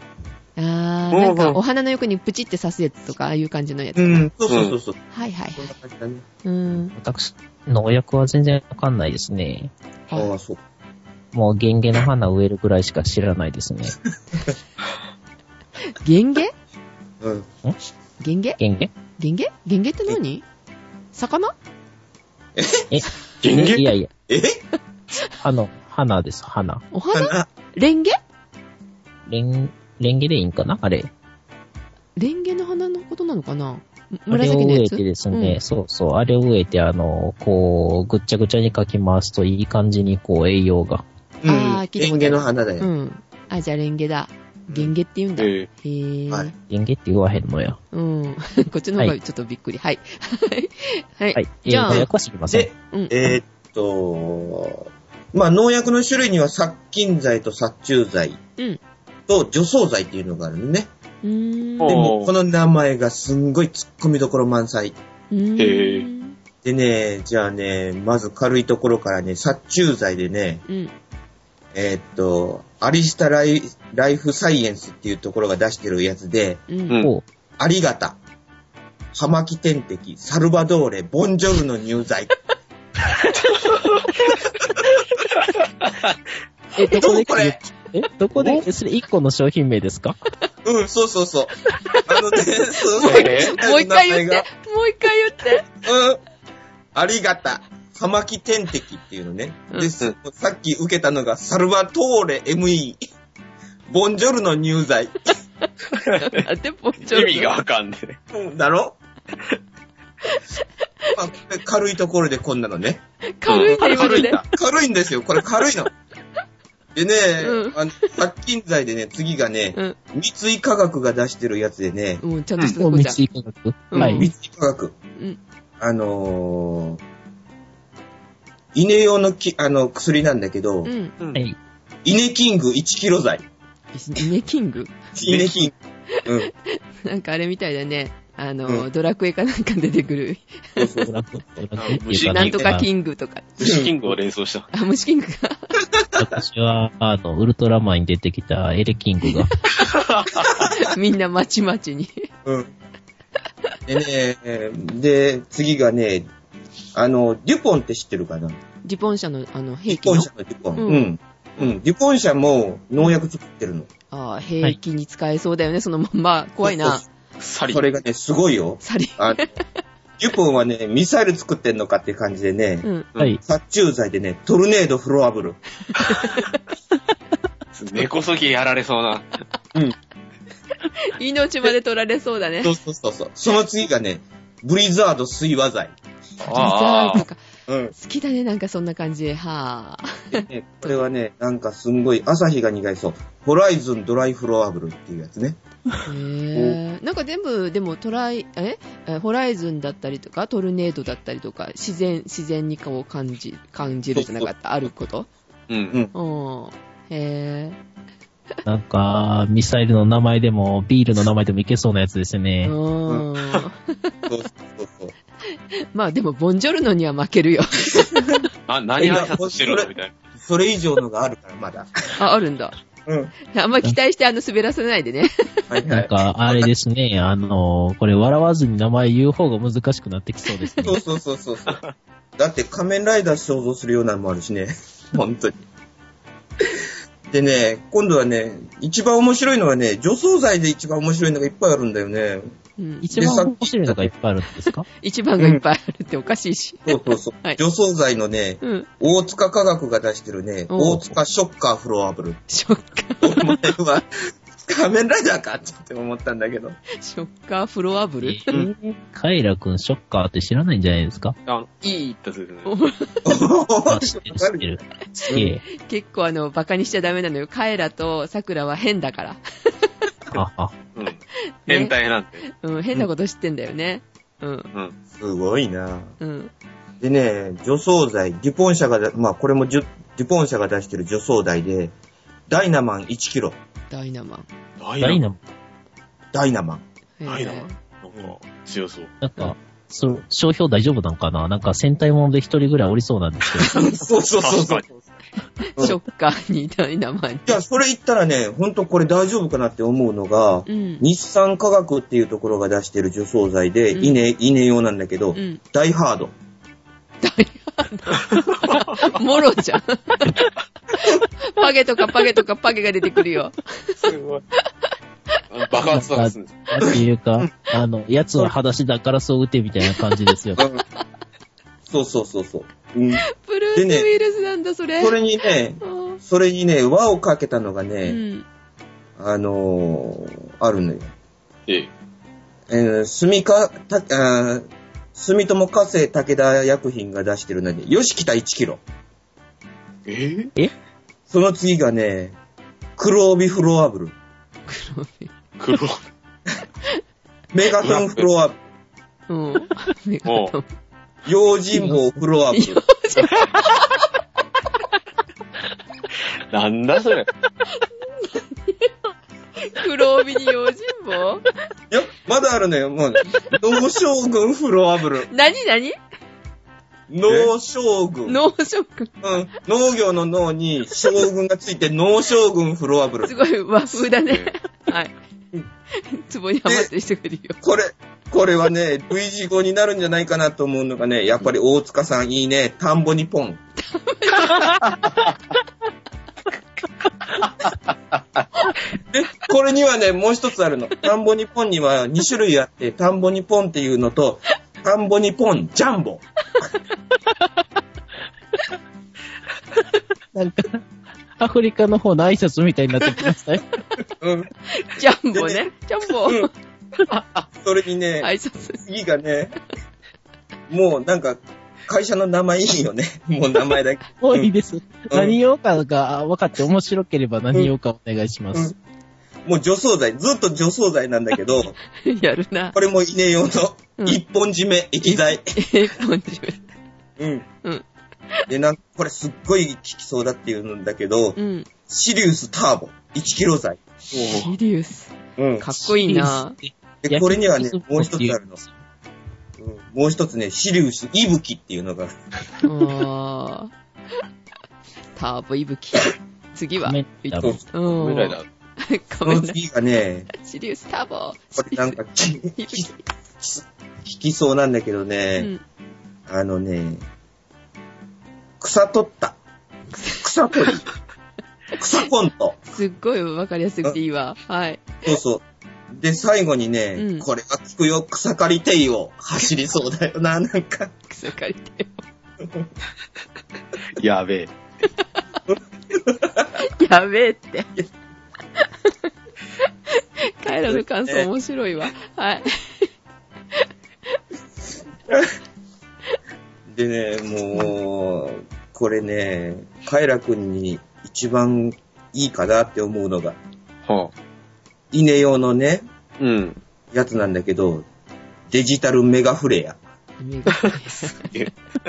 ー。あー、なん
うん
か
うん
お花の横にプチって刺すやつとか、ああいう感じのやつ。
うん、そうそうそうそう。
はいはい
そ
はい
んな。感じだね。
うん。
私、農薬は全然わかんないですね。
あ
は
あ、そう。
もうゲンゲの花植えるぐらいしか知らないですね。
い。ゲンゲ
うん。
ゲンゲ
ゲンゲ
ゲンゲゲンゲって何魚
え
ゲンゲ
いやいや、
え
あの、花です、花。
お花
花
レンゲ
レン、レンゲでいいんかなあれ。
レンゲの花のことなのかな
あれを
紫の
植
や
え
つ
てですね、そうそう、あれを植えて、あの、こう、ぐっちゃぐちゃにかき回すといい感じに、こう、栄養が。
うん。
あー聞いたことある
レンゲの花だ
う
よ。
ん。うん。あ、じゃあレンゲだ。ゲンゲって言うんだ。へ
え
ぇー。
はい
ゲンゲって言わへんのや。
うん。 こっちの方がちょっとびっくり。はい。はい。
はい。えー
じゃあ
農薬は知りません
で。、
うん。
えーっと、まあ、農薬の種類には殺菌剤と殺虫剤
うん
と除草剤っていうのがあるのね。
うーん。
お
で
う
も、この名前がすんごい突っ込みどころ満載。
うーん
へ
でね、じゃあね、まず軽いところからね、殺虫剤でね、
うん。
えーっと、アリスタライライフサイエンスっていうところが出してるやつで、
うん。
こう、
ありがた、ハマキ天敵、サルバドーレ、ボンジョルの入剤。
え、どこで
どうこれ
え、どこで、えそれ1個の商品名ですか
うん、そうそうそう。あのね、そうそう。
え
もう一回言って、
名
もう一回言 って。
前がうん。ありがた。ハマキ天敵っていうのね。
うん
です。さっき受けたのが、サルバトーレ ME。ボンジョルの入剤。
あ、で、もうちょっ
意
と。
味がわかんねえ。
うん、だろまあ軽いところでこんなのね。
軽いんだ、今の
軽いん
で。
だ。
軽いんですよ。これ軽いの。でね、
うん
あの殺菌剤でね、次がね、
うん。
三井科学が出してるやつでね、
もうちゃんとした
も
とこ
う道
じゃん。
行かなく。
うん
は
う
い
ん。
三井科学。
うん。
あのー、稲用のきあの薬なんだけ
う
ど、
ん。
はい。
稲キング1キロ剤。
イネキング
稲キング。うん。
なんかあれみたいだね。あ
う
の、ドラクエかなんか出てくる。
そうそう
ドラクドラクっていう
あ
な
虫
んとかキングとか。
虫キングを連想した。
あ、 虫キングか。
私は、あの、ウルトラマンに出てきたエレキングが、
みんなまちまちに。
うん。でね、えーで、次がね、あの、デュポンって知ってるかな
ジュポン社の、あの、
デ
兵
ュ
器
ポ
の
ン。社のデュポン。
う
うんん。うん。デュポン社も農薬作ってるの。
ああ、兵器に使えそうだよね、そのまんま。怖いな。
サリ
そ。れがね、すごいよ。
サリ。
あの、デュポンはね、ミサイル作ってんのかって感じでね、
うん。
はい。
殺虫剤でね、トルネードフロアブル。
根こそぎやられそうな。
命まで取られそうだね。
そうそうそうそう。その次がね、ブリザード水和剤。
ザ
あ
ーと
あ。
か。
うん。
好きだね、なんかそんな感じ。はあ。
でね、これはね、なんかすんごい、朝日が苦いそう。ホライズンドライフロアブルっていうやつね。
へえ。なんか全部、でもトライ、ええホライズンだったりとか、トルネードだったりとか、自然、自然に顔を感じ、感じるじゃなかった。あること。
うん。
うん。へ
なんか、ミサイルの名前でも、ビールの名前でもいけそうなやつです
え。
ね。
うん。
そうそうそう。
まあでも、ボンジョルノには負けるよ。
あ、何挨拶してるのみたい
それ以上のがあるから、まだ。
あ、あるんだ。
うん。
あんま期待して、あの、滑らせないでね。
はいは
なん
い。
か、あれですね、あの、これ笑わずに名前言う方が難しくなってきそうですね
そ。うそうそうそうそう。だって仮面ライダー想像するようなのもあるしね。本当に。でね、今度はね、一番面白いのはね、除草剤で一番面白いのがいっぱいあるんだよね。
うん。
一番面白いのがいっぱいあるんですか
一番がいっぱいあるっておかしいし。
そうそうそう。
はい
除草剤のね、
うん。
大塚科学が出してるね、
おう
大塚ショッカーフロアブル。
ショッカ
お前は、仮面ライダーかって思ったんだけど。
ー、ショッカーフロアブル。
えーカイラくんショッカーって知らないんじゃないですか
な。あの、いいってやつですね。
あ、知ってる、知ってる。すげえ。
結構あの、バカにしちゃダメなのよ。カエラとサクラは変だから。
あ、あ、
うん。変態なんて。
うん、変なこと知ってんだよね。うん、
うん。
すごいな
うん。
でね、除草剤、デュポン社がだ、まあこれもジュデュポン社が出してる除草剤で、ダイナマン1キロ、
ダイナマン。
ダ
ダイナ、
ダイナマン。
へー
ダイナマンなんか、強そう。
なんか、そう、商標大丈夫なんかななんか戦隊もので一人ぐらいおりそうなんですけ ど。
そうそうそうそう。
確
うん
ショッカーにダイナマンに。
じゃあそれ言ったらね、ほんとこれ大丈夫かなって思うのが、
うん。
日産科学っていうところが出してる除草剤で、
うん
稲、稲用なんだけど、
うん。
ダイハード。
モロじゃん。パゲとかパゲとかパゲが出てくるよ。
すごい。あの爆発とかするんですよ
なんていうか、あの、奴は裸足だからそう打てみたいな感じですよ。
そうそうそうそう。うん、
ブルース・ウ
でね
ィルスなんだ、それ。
それにね、
うん
それにね、輪をかけたのが
う
ね、
ん。
あのーあるのよ。
ええ。
えー、住か、た、あー住友火星武田薬品が出してるのに、吉北1キロ。
えー
その次がね、黒帯フロアブル。
黒い
黒。
メガトンフロアブル。
うん。目が
おう
用心棒フロアブル。
なんだそれ。
黒帯に用心棒
いや、まだあるのよ、もう。農将軍フロアブル。
何何
農将軍。
脳ショック。
うん、農業の農に将軍がついて農将軍フロアブル
す。ごい和風だね。はい
うん。
ツボにハマってる人がいるよ。
これ、これはね、類似語になるんじゃないかなと思うのがね、やっぱり大塚さんいいね、田んぼにポン。で、これにはね、もう一つあるの。田んぼにポンには2種類あって、田んぼにポンっていうのと、田んぼにポンジャンボ。
なんか、アフリカの方の挨拶みたいになってきましたね。
うん。
ジャンボね。ジャンボ。
それにね、
挨拶。
次がね、もうなんか、会社の名前いいよね。もう名前だけ。
もういいです。何言おうかが分かって面白ければ何言おうかお願いしま
う
す
ん。もう除草剤、ずっと除草剤なんだけど、
やるな
こ。れも稲用
う
の
ん
一本締め液剤。
一本締め。
うん。
うん。
で、なんか、これすっごい効きそうだっていうんだけど、
うん。
シリウスターボ、1キロ剤。
シリウス。
うん。
かっこいいな。
で、これにはね、もう一つあ
や
るの。うん、もう一つね、シリウスイブキっていうのが、
あーターボイブキ。次は。
仮面ライダー
そう
うん
ぐらいだ。
ご
そ
めん
の
なさい。
次がね、
シリウスターボ
これなんか、き
シリウス
引きそうなんだけど
う
ね、
ん。
あのね、草取った。草 取り。草コント。
すっごいわかりやすくていいわ。はい。
そうそう。で、最後にね、
うん
これは聞くよ、草刈り手を走りそうだよな、なんか。
草刈りて よ。
やべえ。
やべえ って。彼らの感想面白いわ。はい。
でね、もう、これね、カイラくんに一番いいかなって思うのが、
はあ、
稲用のね、
うん。
やつなんだけど、デジタルメガフレア。
目が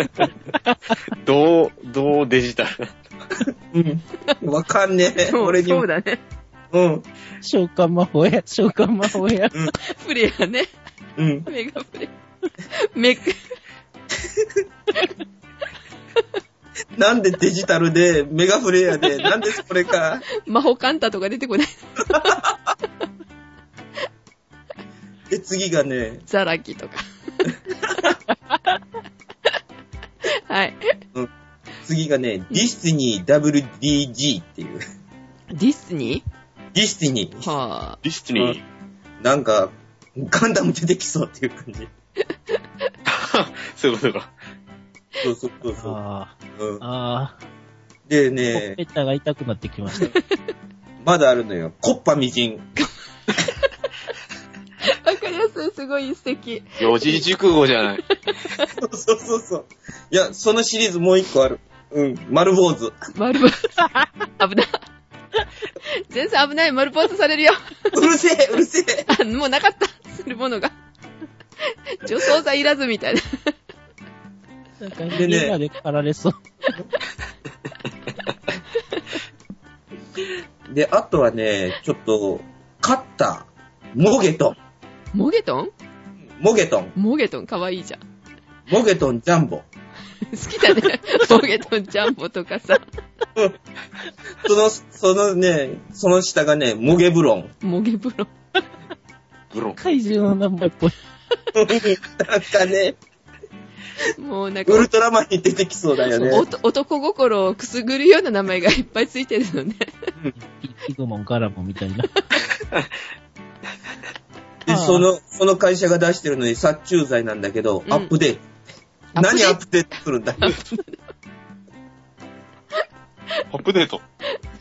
どう、どうデジタル。
うん。わかんねえ。
そう
俺に
そ
も
う。だね。
うん。
召喚魔法や、 召喚魔法や。
プレイヤーね。
うん。
メガプレイ。メ
なんでデジタルで、メガフレアで、なんでそれか。
魔法カンタとか出てこない。
で、次がね、
ザラキとか。はい。
次がね、ディスティニー WDG っていう。
ディスニ
ディスティニ
ー
ー。
はあ。
ディスティニー。
なんか、ガンダム出てきそうっていう感じ。
そういうことか。
そうそうそうそ
あ
う。うん
あ、、ああ、
で
ほ
ね
っ、ぺたが痛くなってきました。
まだあるのよ。コッパみじん。
わかりやすい、すごい素敵。
四字熟語じゃない。
そうそうそうそう。いや、そのシリーズもう一個ある。うん。丸坊主。
丸坊主。危ない。全然危ない。丸坊主されるよ。
うるせえ、うるせえ。
あもうなかった。するものが。女装さいらずみたいな。
なんか、
でね
みんなで駆られそう。
で、あとはね、ちょっと、カッター、モゲトン、
モゲトン
モゲトン、
モゲトンかわいいじゃん。
モゲトンジャンボ。
好きだね。モゲトンジャンボとかさ。
その、そのね、その下がね、モゲブロン。
モゲブロン。
ブロン。
怪獣の名前っぽい。
なんかね、
もうなんか
ウ、ルトラマンに出てきそうだよね。
おと男心をくすぐるような名前がいっぱいついてるのね。
ピピグモン、ガラモンみたいな。
で、その、その会社が出してるのに殺虫剤なんだけど、
うん
アップデート。
アップデート
何アップデートするん だうんア
アップデート。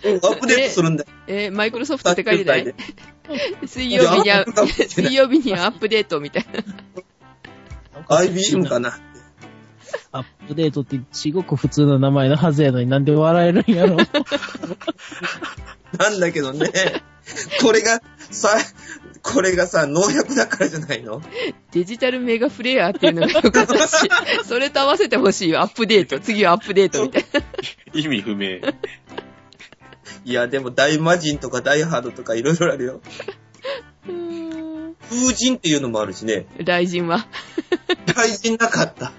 ップデートするんだ
えーマイクロソフトっ
殺
て書い
虫
てな
剤で
い。水曜日には
アップデートしてない
水曜日にはアップデートみたいな。
IBM か
な。
な。
アップデートってすごく普通の名前のはずやのになんで笑えるんやろ。
なんだけ どね。これが、さ、これがさ、農薬だからじゃないの
デジタルメガフレアっていうのがよかったし、それと合わせてほしいよ。アップデート。次はアップデートみたいな。
意味不明。
いや、でも大魔人とか大ハードとかいろいろあるよ。
うーん
風神っていうのもあるしね。
雷神は
大神なかった。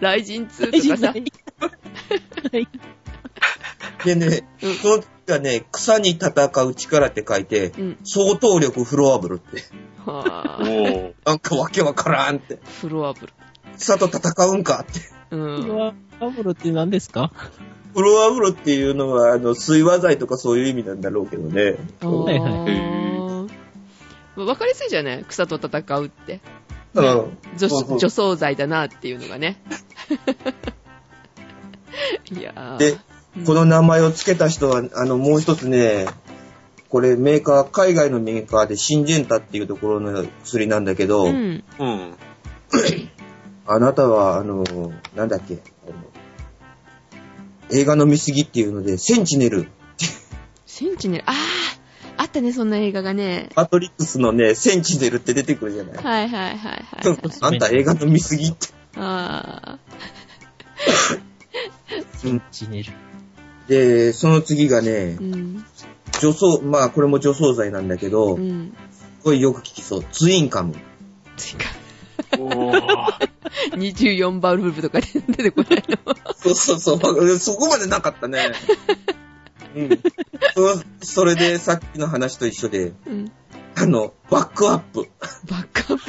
雷神2とかさ。
でね、その時はね、草に戦う力って書いて、
うん。
相当力フロアブルって。
お
はぁ。
ー。
なんかわけわからんって。
フロアブル。
草と戦うんかって。
うん。
ワーブルって何ですか
フロアブルっていうのは、あの、水和剤とかそういう意味なんだろうけどね。
あ
はいはい
ーわかりやすいじゃない草と戦うって。
うん。
女
そうそう
女装剤だなっていうのがね。 いやー
で、
うん
この名前を付けた人は、あの、もう一つね、これメーカー、海外のメーカーでシンジェンタっていうところの薬なんだけど、
うん。
うん。
あなたは、あの、なんだっけ、あの映画の見過ぎっていうので、センチネル、
センチネル、あー、あったね、そんな映画がね。
マトリックスのね、センチネルって出てくるじゃない。
はいはいはいはい、はい。
あんた映画の見過ぎって。
あ
ジネル。
で、その次がね
ー、う、ん。
除草、まあこれも除草剤なんだけど、
う
す
ん。
ごいよく効きそう。ツインカム。
ついか、
おー。
24バルブとかで出てこないの。
そうそうそう。そこまでなかったね。うん。そそれでさっきの話と一緒で、
うん。
あの、バックアップ。
バックアップ。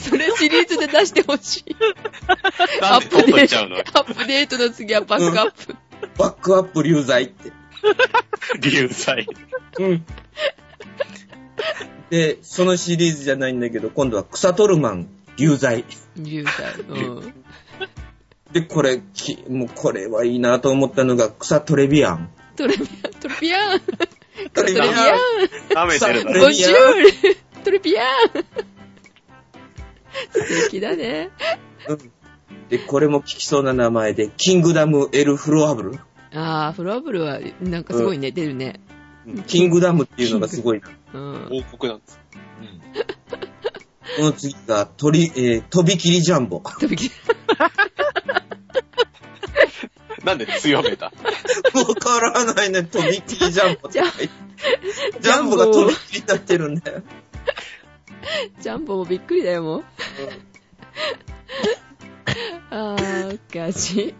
それシリーズで出してほしい。
なんで取っといちゃうの
アップデートの次はバックアップ。
バックアップ流罪って。
流罪。
うん。で、そのシリーズじゃないんだけど、今度は草トルマン流罪。
流体。うん。
で、これ、きもうこれはいいなと思ったのが、草トレビアン。
トレビアン、トレビアン、
ト
トレビアン、
舐めてる
トレビアン
な。
ボジュール、トレビアン。素敵だね。
で、これも聞きそうな名前で、キングダム・エル・フロアブル。
あー、フロアブルは、なんかすごいね、出るね。
キングダムっていうのがすごいな。
うん。
王国なんです。
この次が、鳥、えー、飛び切りジャンボ。
飛び切り
なんで強めた
わからないね、飛び切りジャンボって
ジャン
ジャンボが飛び切りになってるんだよ。
ジャンボもびっくりだよ、もう。あー、おかし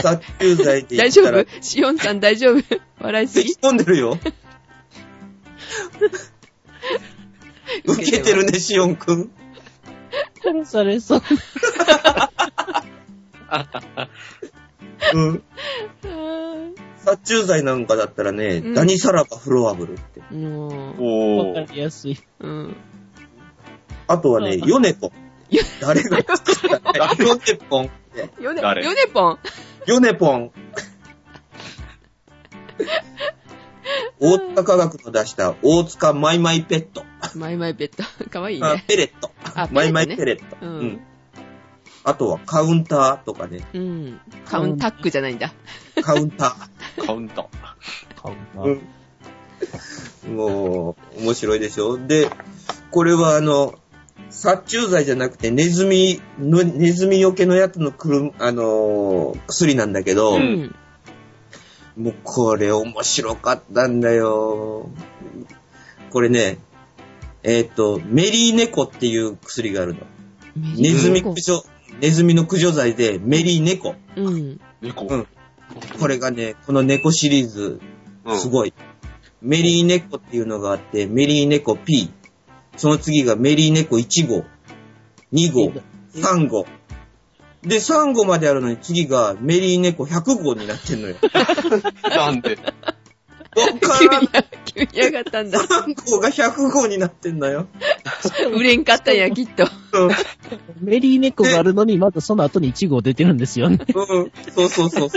殺虫剤
い。
で言
大
っ
丈
たら
夫、シオンさん大丈夫笑いすぎ
咳込んで るよ。受けてるね、シオンくん。
殺されそう。
うん。
あ
殺虫剤なんかだったらね、
うん
ダニサラバフロアブルって。
ーもう、
お
わかりやすい。
うん。
あとはね、
うん
ヨネポン。誰が作ったかヨネポンって。
ヨネ、ヨ
誰
ネポン。
ヨネポ ン。大塚科学の出した大塚マイマイペット。
マイマイペット。かわいい
あ
ね。
ペレット
あペレットね
マイマイペレット。
うん
うんあとはカウンターとか ね。
うん。カウンタックじゃないんだ。
カウンター。
カウント。
買うな。
うんもう、面白いでしょで、これはあの、殺虫剤じゃなくて、ネズミの、ネズミよけのやつのくる、あのー薬なんだけど、
う
うんん。
もうこれ面白かったんだよ。これね、えっ、と、メリーネコっていう薬があるの。ネズミ駆除、ネズミの駆除剤で、メリーネコ。
うん。
猫。
うんこれがね、この猫シリーズ、
うん
すごい。メリーネコっていうのがあって、メリーネコ P。その次がメリーネコ1号、2号、3号。で、3号まであるのに次がメリーネコ100号になってんのよ。
なんで
わか
急
らん
に、急に上がったんだ。
3号が100号になってんのよ。
売れんかったんや、きっと。
うん。
メリー猫があるのに、まずその後に1号出てるんで すよね。
うんそうそうそう。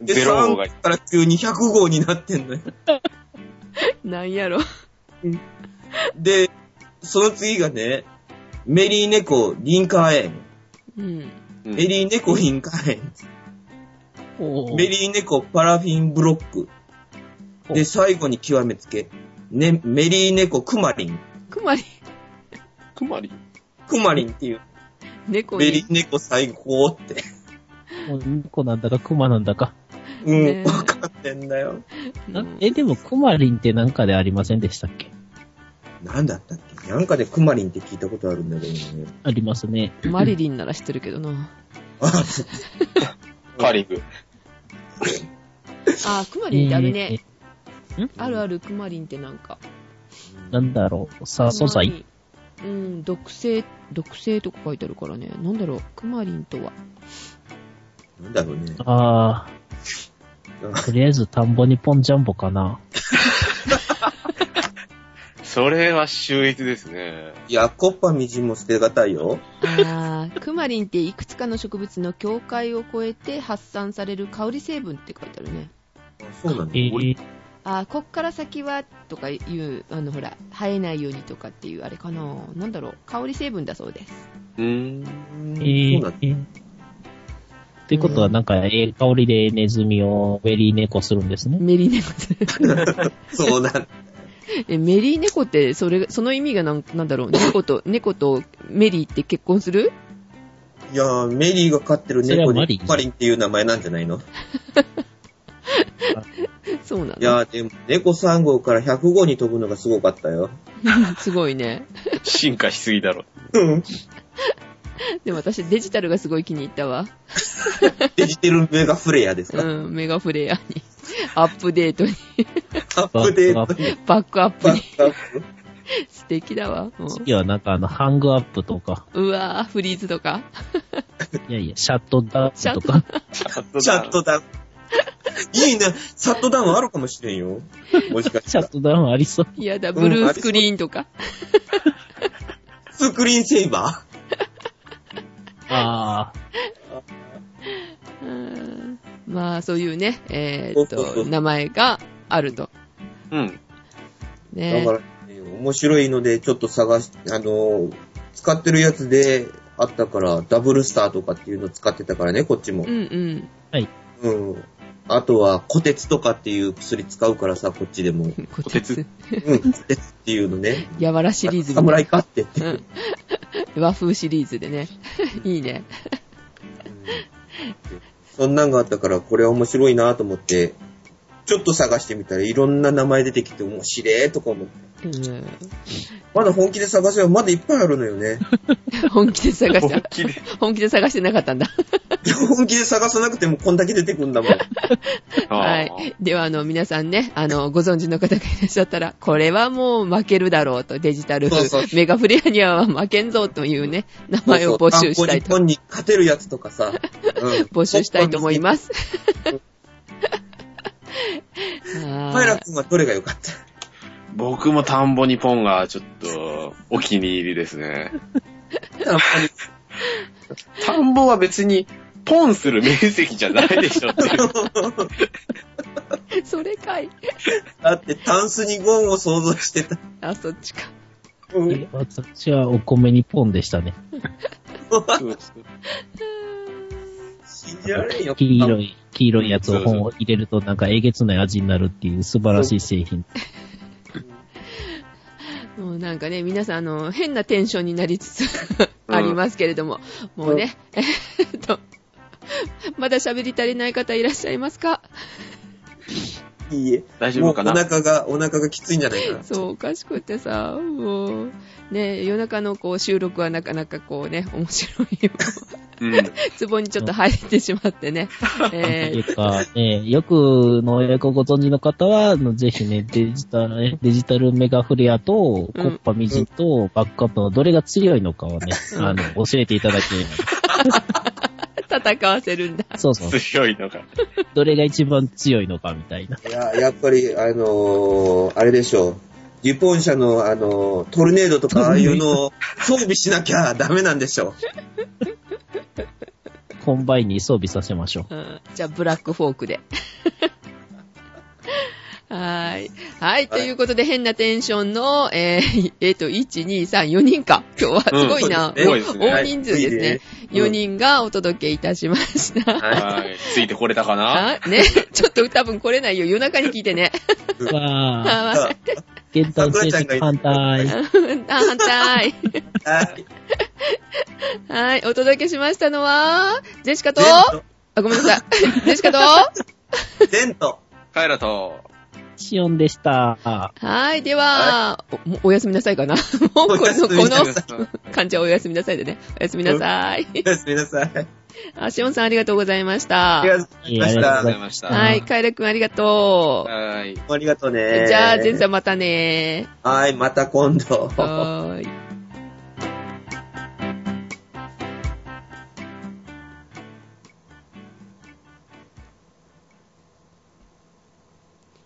で、
ゼロ
3
号
号
が。
から急に100号になってんのよ。
なんやろ。
で、その次がね、メリーネコリンカーエン。
うん。
うん
メリーネコリンカーエン。
お
メ
ー
リーネコパラフィンブロック。で、最後に極めつけ。ね、メリーネコクマリン。
クマリ、
クマリ
クマリンっていう。
猫
メリ
に。
ーネコ最高って。
もう猫なんだか熊なんだか。
うん、
ねえ
わかってんだよ。
う
なんえ、でもクマリンってなんかでありませんでしたっけ
なんだったっけなんかでクマリンって聞いたことあるんだけどね。
ありますね。
マリリンなら知ってるけど な。
あ、そ
カーリング。
あー、クマリンってある
え
ね
ー。
あるある、クマリンってなんか。
なんだろう、さあ、素材。
クマリンうん、毒性、毒性とか書いてあるからね。なんだろう、クマリンとは。
うなんだろうね。
ああ、とりあえず田んぼにポンジャンボかな。
それは秀逸ですね。
いや、コッパみじんも捨てがたいよ。
あ ークマリンっていくつかの植物の境界を越えて発散される香り成分って書いてあるね。
あそうなんだ。
えー、
あーこっから先はとかいう、あのほら、生えないようにとかっていうあれかな。なんだろう、香り成分だそうです。
うーん。
うん
え
そうなんだ。
ー。ってことは、なんか、ええ香りでネズミをメリー猫するんですね。
メリーネコ。
そうなんだ。
え、メリーネコって、それ、その意味がなんなんだろう。猫と、 猫とメリーって結婚する
いやー、メリーが飼ってる
それ
猫
はマリ
に
ン
クマリンっていう名前なんじゃないの
そうない
やー、でも、猫3号から100号に飛ぶのがすごかったよ。
の。すごいね。
進化しすぎだろ。
うん。
でも私デジタルがすごい気に入ったわ。
デジタルメガフレアです
う
か、
ん、メガフレアに。アップデートに、
アップデート。
バックアップ
バ
に。
ックアップ
素敵だわ。もう
次はなんかあの、ハングアップとか、
うわぁ、フリーズとか。
いやいや、シャットダウンとか、
チャット
シャットダウン。いいな、シャットダウンあるかもしれんよ。もしかし
シ
た
ャ
ら
ッ。トダウンありそう。
やだ、
ん
ブルースクリーンとか。
スクリーンセイバ
あ
うーんまあ、そういうね、えーっ
そうそうそ
と、
う
名前があると。
うん。
ー
ね
だから、ね、面白いので、ちょっと探し、あのー、使ってるやつであったから、ダブルスターとかっていうの使ってたからね、こっちも
う。んうん。
うん。あとは、コテツとかっていう薬使うからさ、こっち でも。
こ
てつ。
うん、コテツっていうのね。
やわらシリーズみたいな
侍かって。
うん。和風シリーズでね。 いいね。
そんなんがあったから、これは面白いなと思って、ちょっと探してみたらいろんな名前出てきて面白えとか思って。
うん。
まだ本気で探せばまだいっぱいあるのよ ね。
本気で探し
本
た。
気で。
本気で探してなかったんだ。
本気で探さなくてもこんだけ出てくんだもん。
あー
はい。では、あの、皆さんね、あの、ご存知の方がいらっしゃったら、これはもう負けるだろうと、デジタル
そうそう
メガフレアには負けんぞというね、名前を募集したい
そうそうあここ日
と、
本に勝てるやつとか さ。うん、
募集したいと思います。
パイラ
は
君はどれが良かった
僕も田んぼにポンがちょっとお気に入りですね。
やっぱり
田んぼは別にポンする面積じゃないでしょっていう。
い。それかい。
だってタンスにゴンを想像してた。
あ、そっちか。
う
あ、
ん
え私はお米にポンでしたね。
信じられんよ。
黄色い、黄色いやつを本を入れるとなんかえげつない味になるっていう素晴らしい製品。
もうなんかね、皆さん、あの、変なテンションになりつつありますけれども、もうね、えーっと、まだ喋り足りない方いらっしゃいますか
いいえ。
大丈夫かな
もうお腹が、お腹がきついんじゃないかな。
そう、おかしくってさ、もう、ね、夜中のこう収録はなかなかこうね、面白いよ。
うん。
ツボにちょっと入ってしまってね。
とい
え
うか、ね、よく農薬をご存知の方は、あのぜひね、デジタル、えデジタルメガフレアと、コッパミジと、バックアップのどれが強いのかをね、
うん
あの、教えていただけれ
ー、戦わせるんだ。
ば。そうそう。
強いのが。
どれが一番強いのかみたいな。
いや、やっぱり、あのーあれでしょう。デュポン社の、あのートルネードとか、ああいうのを装備しなきゃダメなんでしょ
コンバインに装備させましょう。
うん、じゃあ、ブラックフォークで。 はーい。はい。ということで、変なテンションの、えー、えっと、1、2、3、4人か。今日は
うん
すごいな。
そうですね
お
多いですね
大人数ですね。
いいねうん
4人がお届けいたしました。
う。は
はい。ついてこれたかな
あね、 ちょっと多分来れないよ。夜中に聞いてね。
わ
い。
あ
さ
ー、現在成績反対。
ー反対。
あはい
はい。お届けしましたのは、ジェシカと、
全
あ、ごめんなさい。ジェシカと、
都、全都。
カエラと、
シオンでした。
はい。では、おもうおやすみなさいかな。もうこ
おやす
の、
み
こ
なさい
の、患者おやすみなさいでね。おやすみなさい。
おやすみなさい。
あ、しおんさんありがとうございました。
ありがとうございまし
いや
ありがとうござ
た
い。ました。
はい。カエラくんありがとう。
はい。
ありがとうね。
じゃあ、ジェンさ
ん。
んまたね。
はい、また今度。
はーい。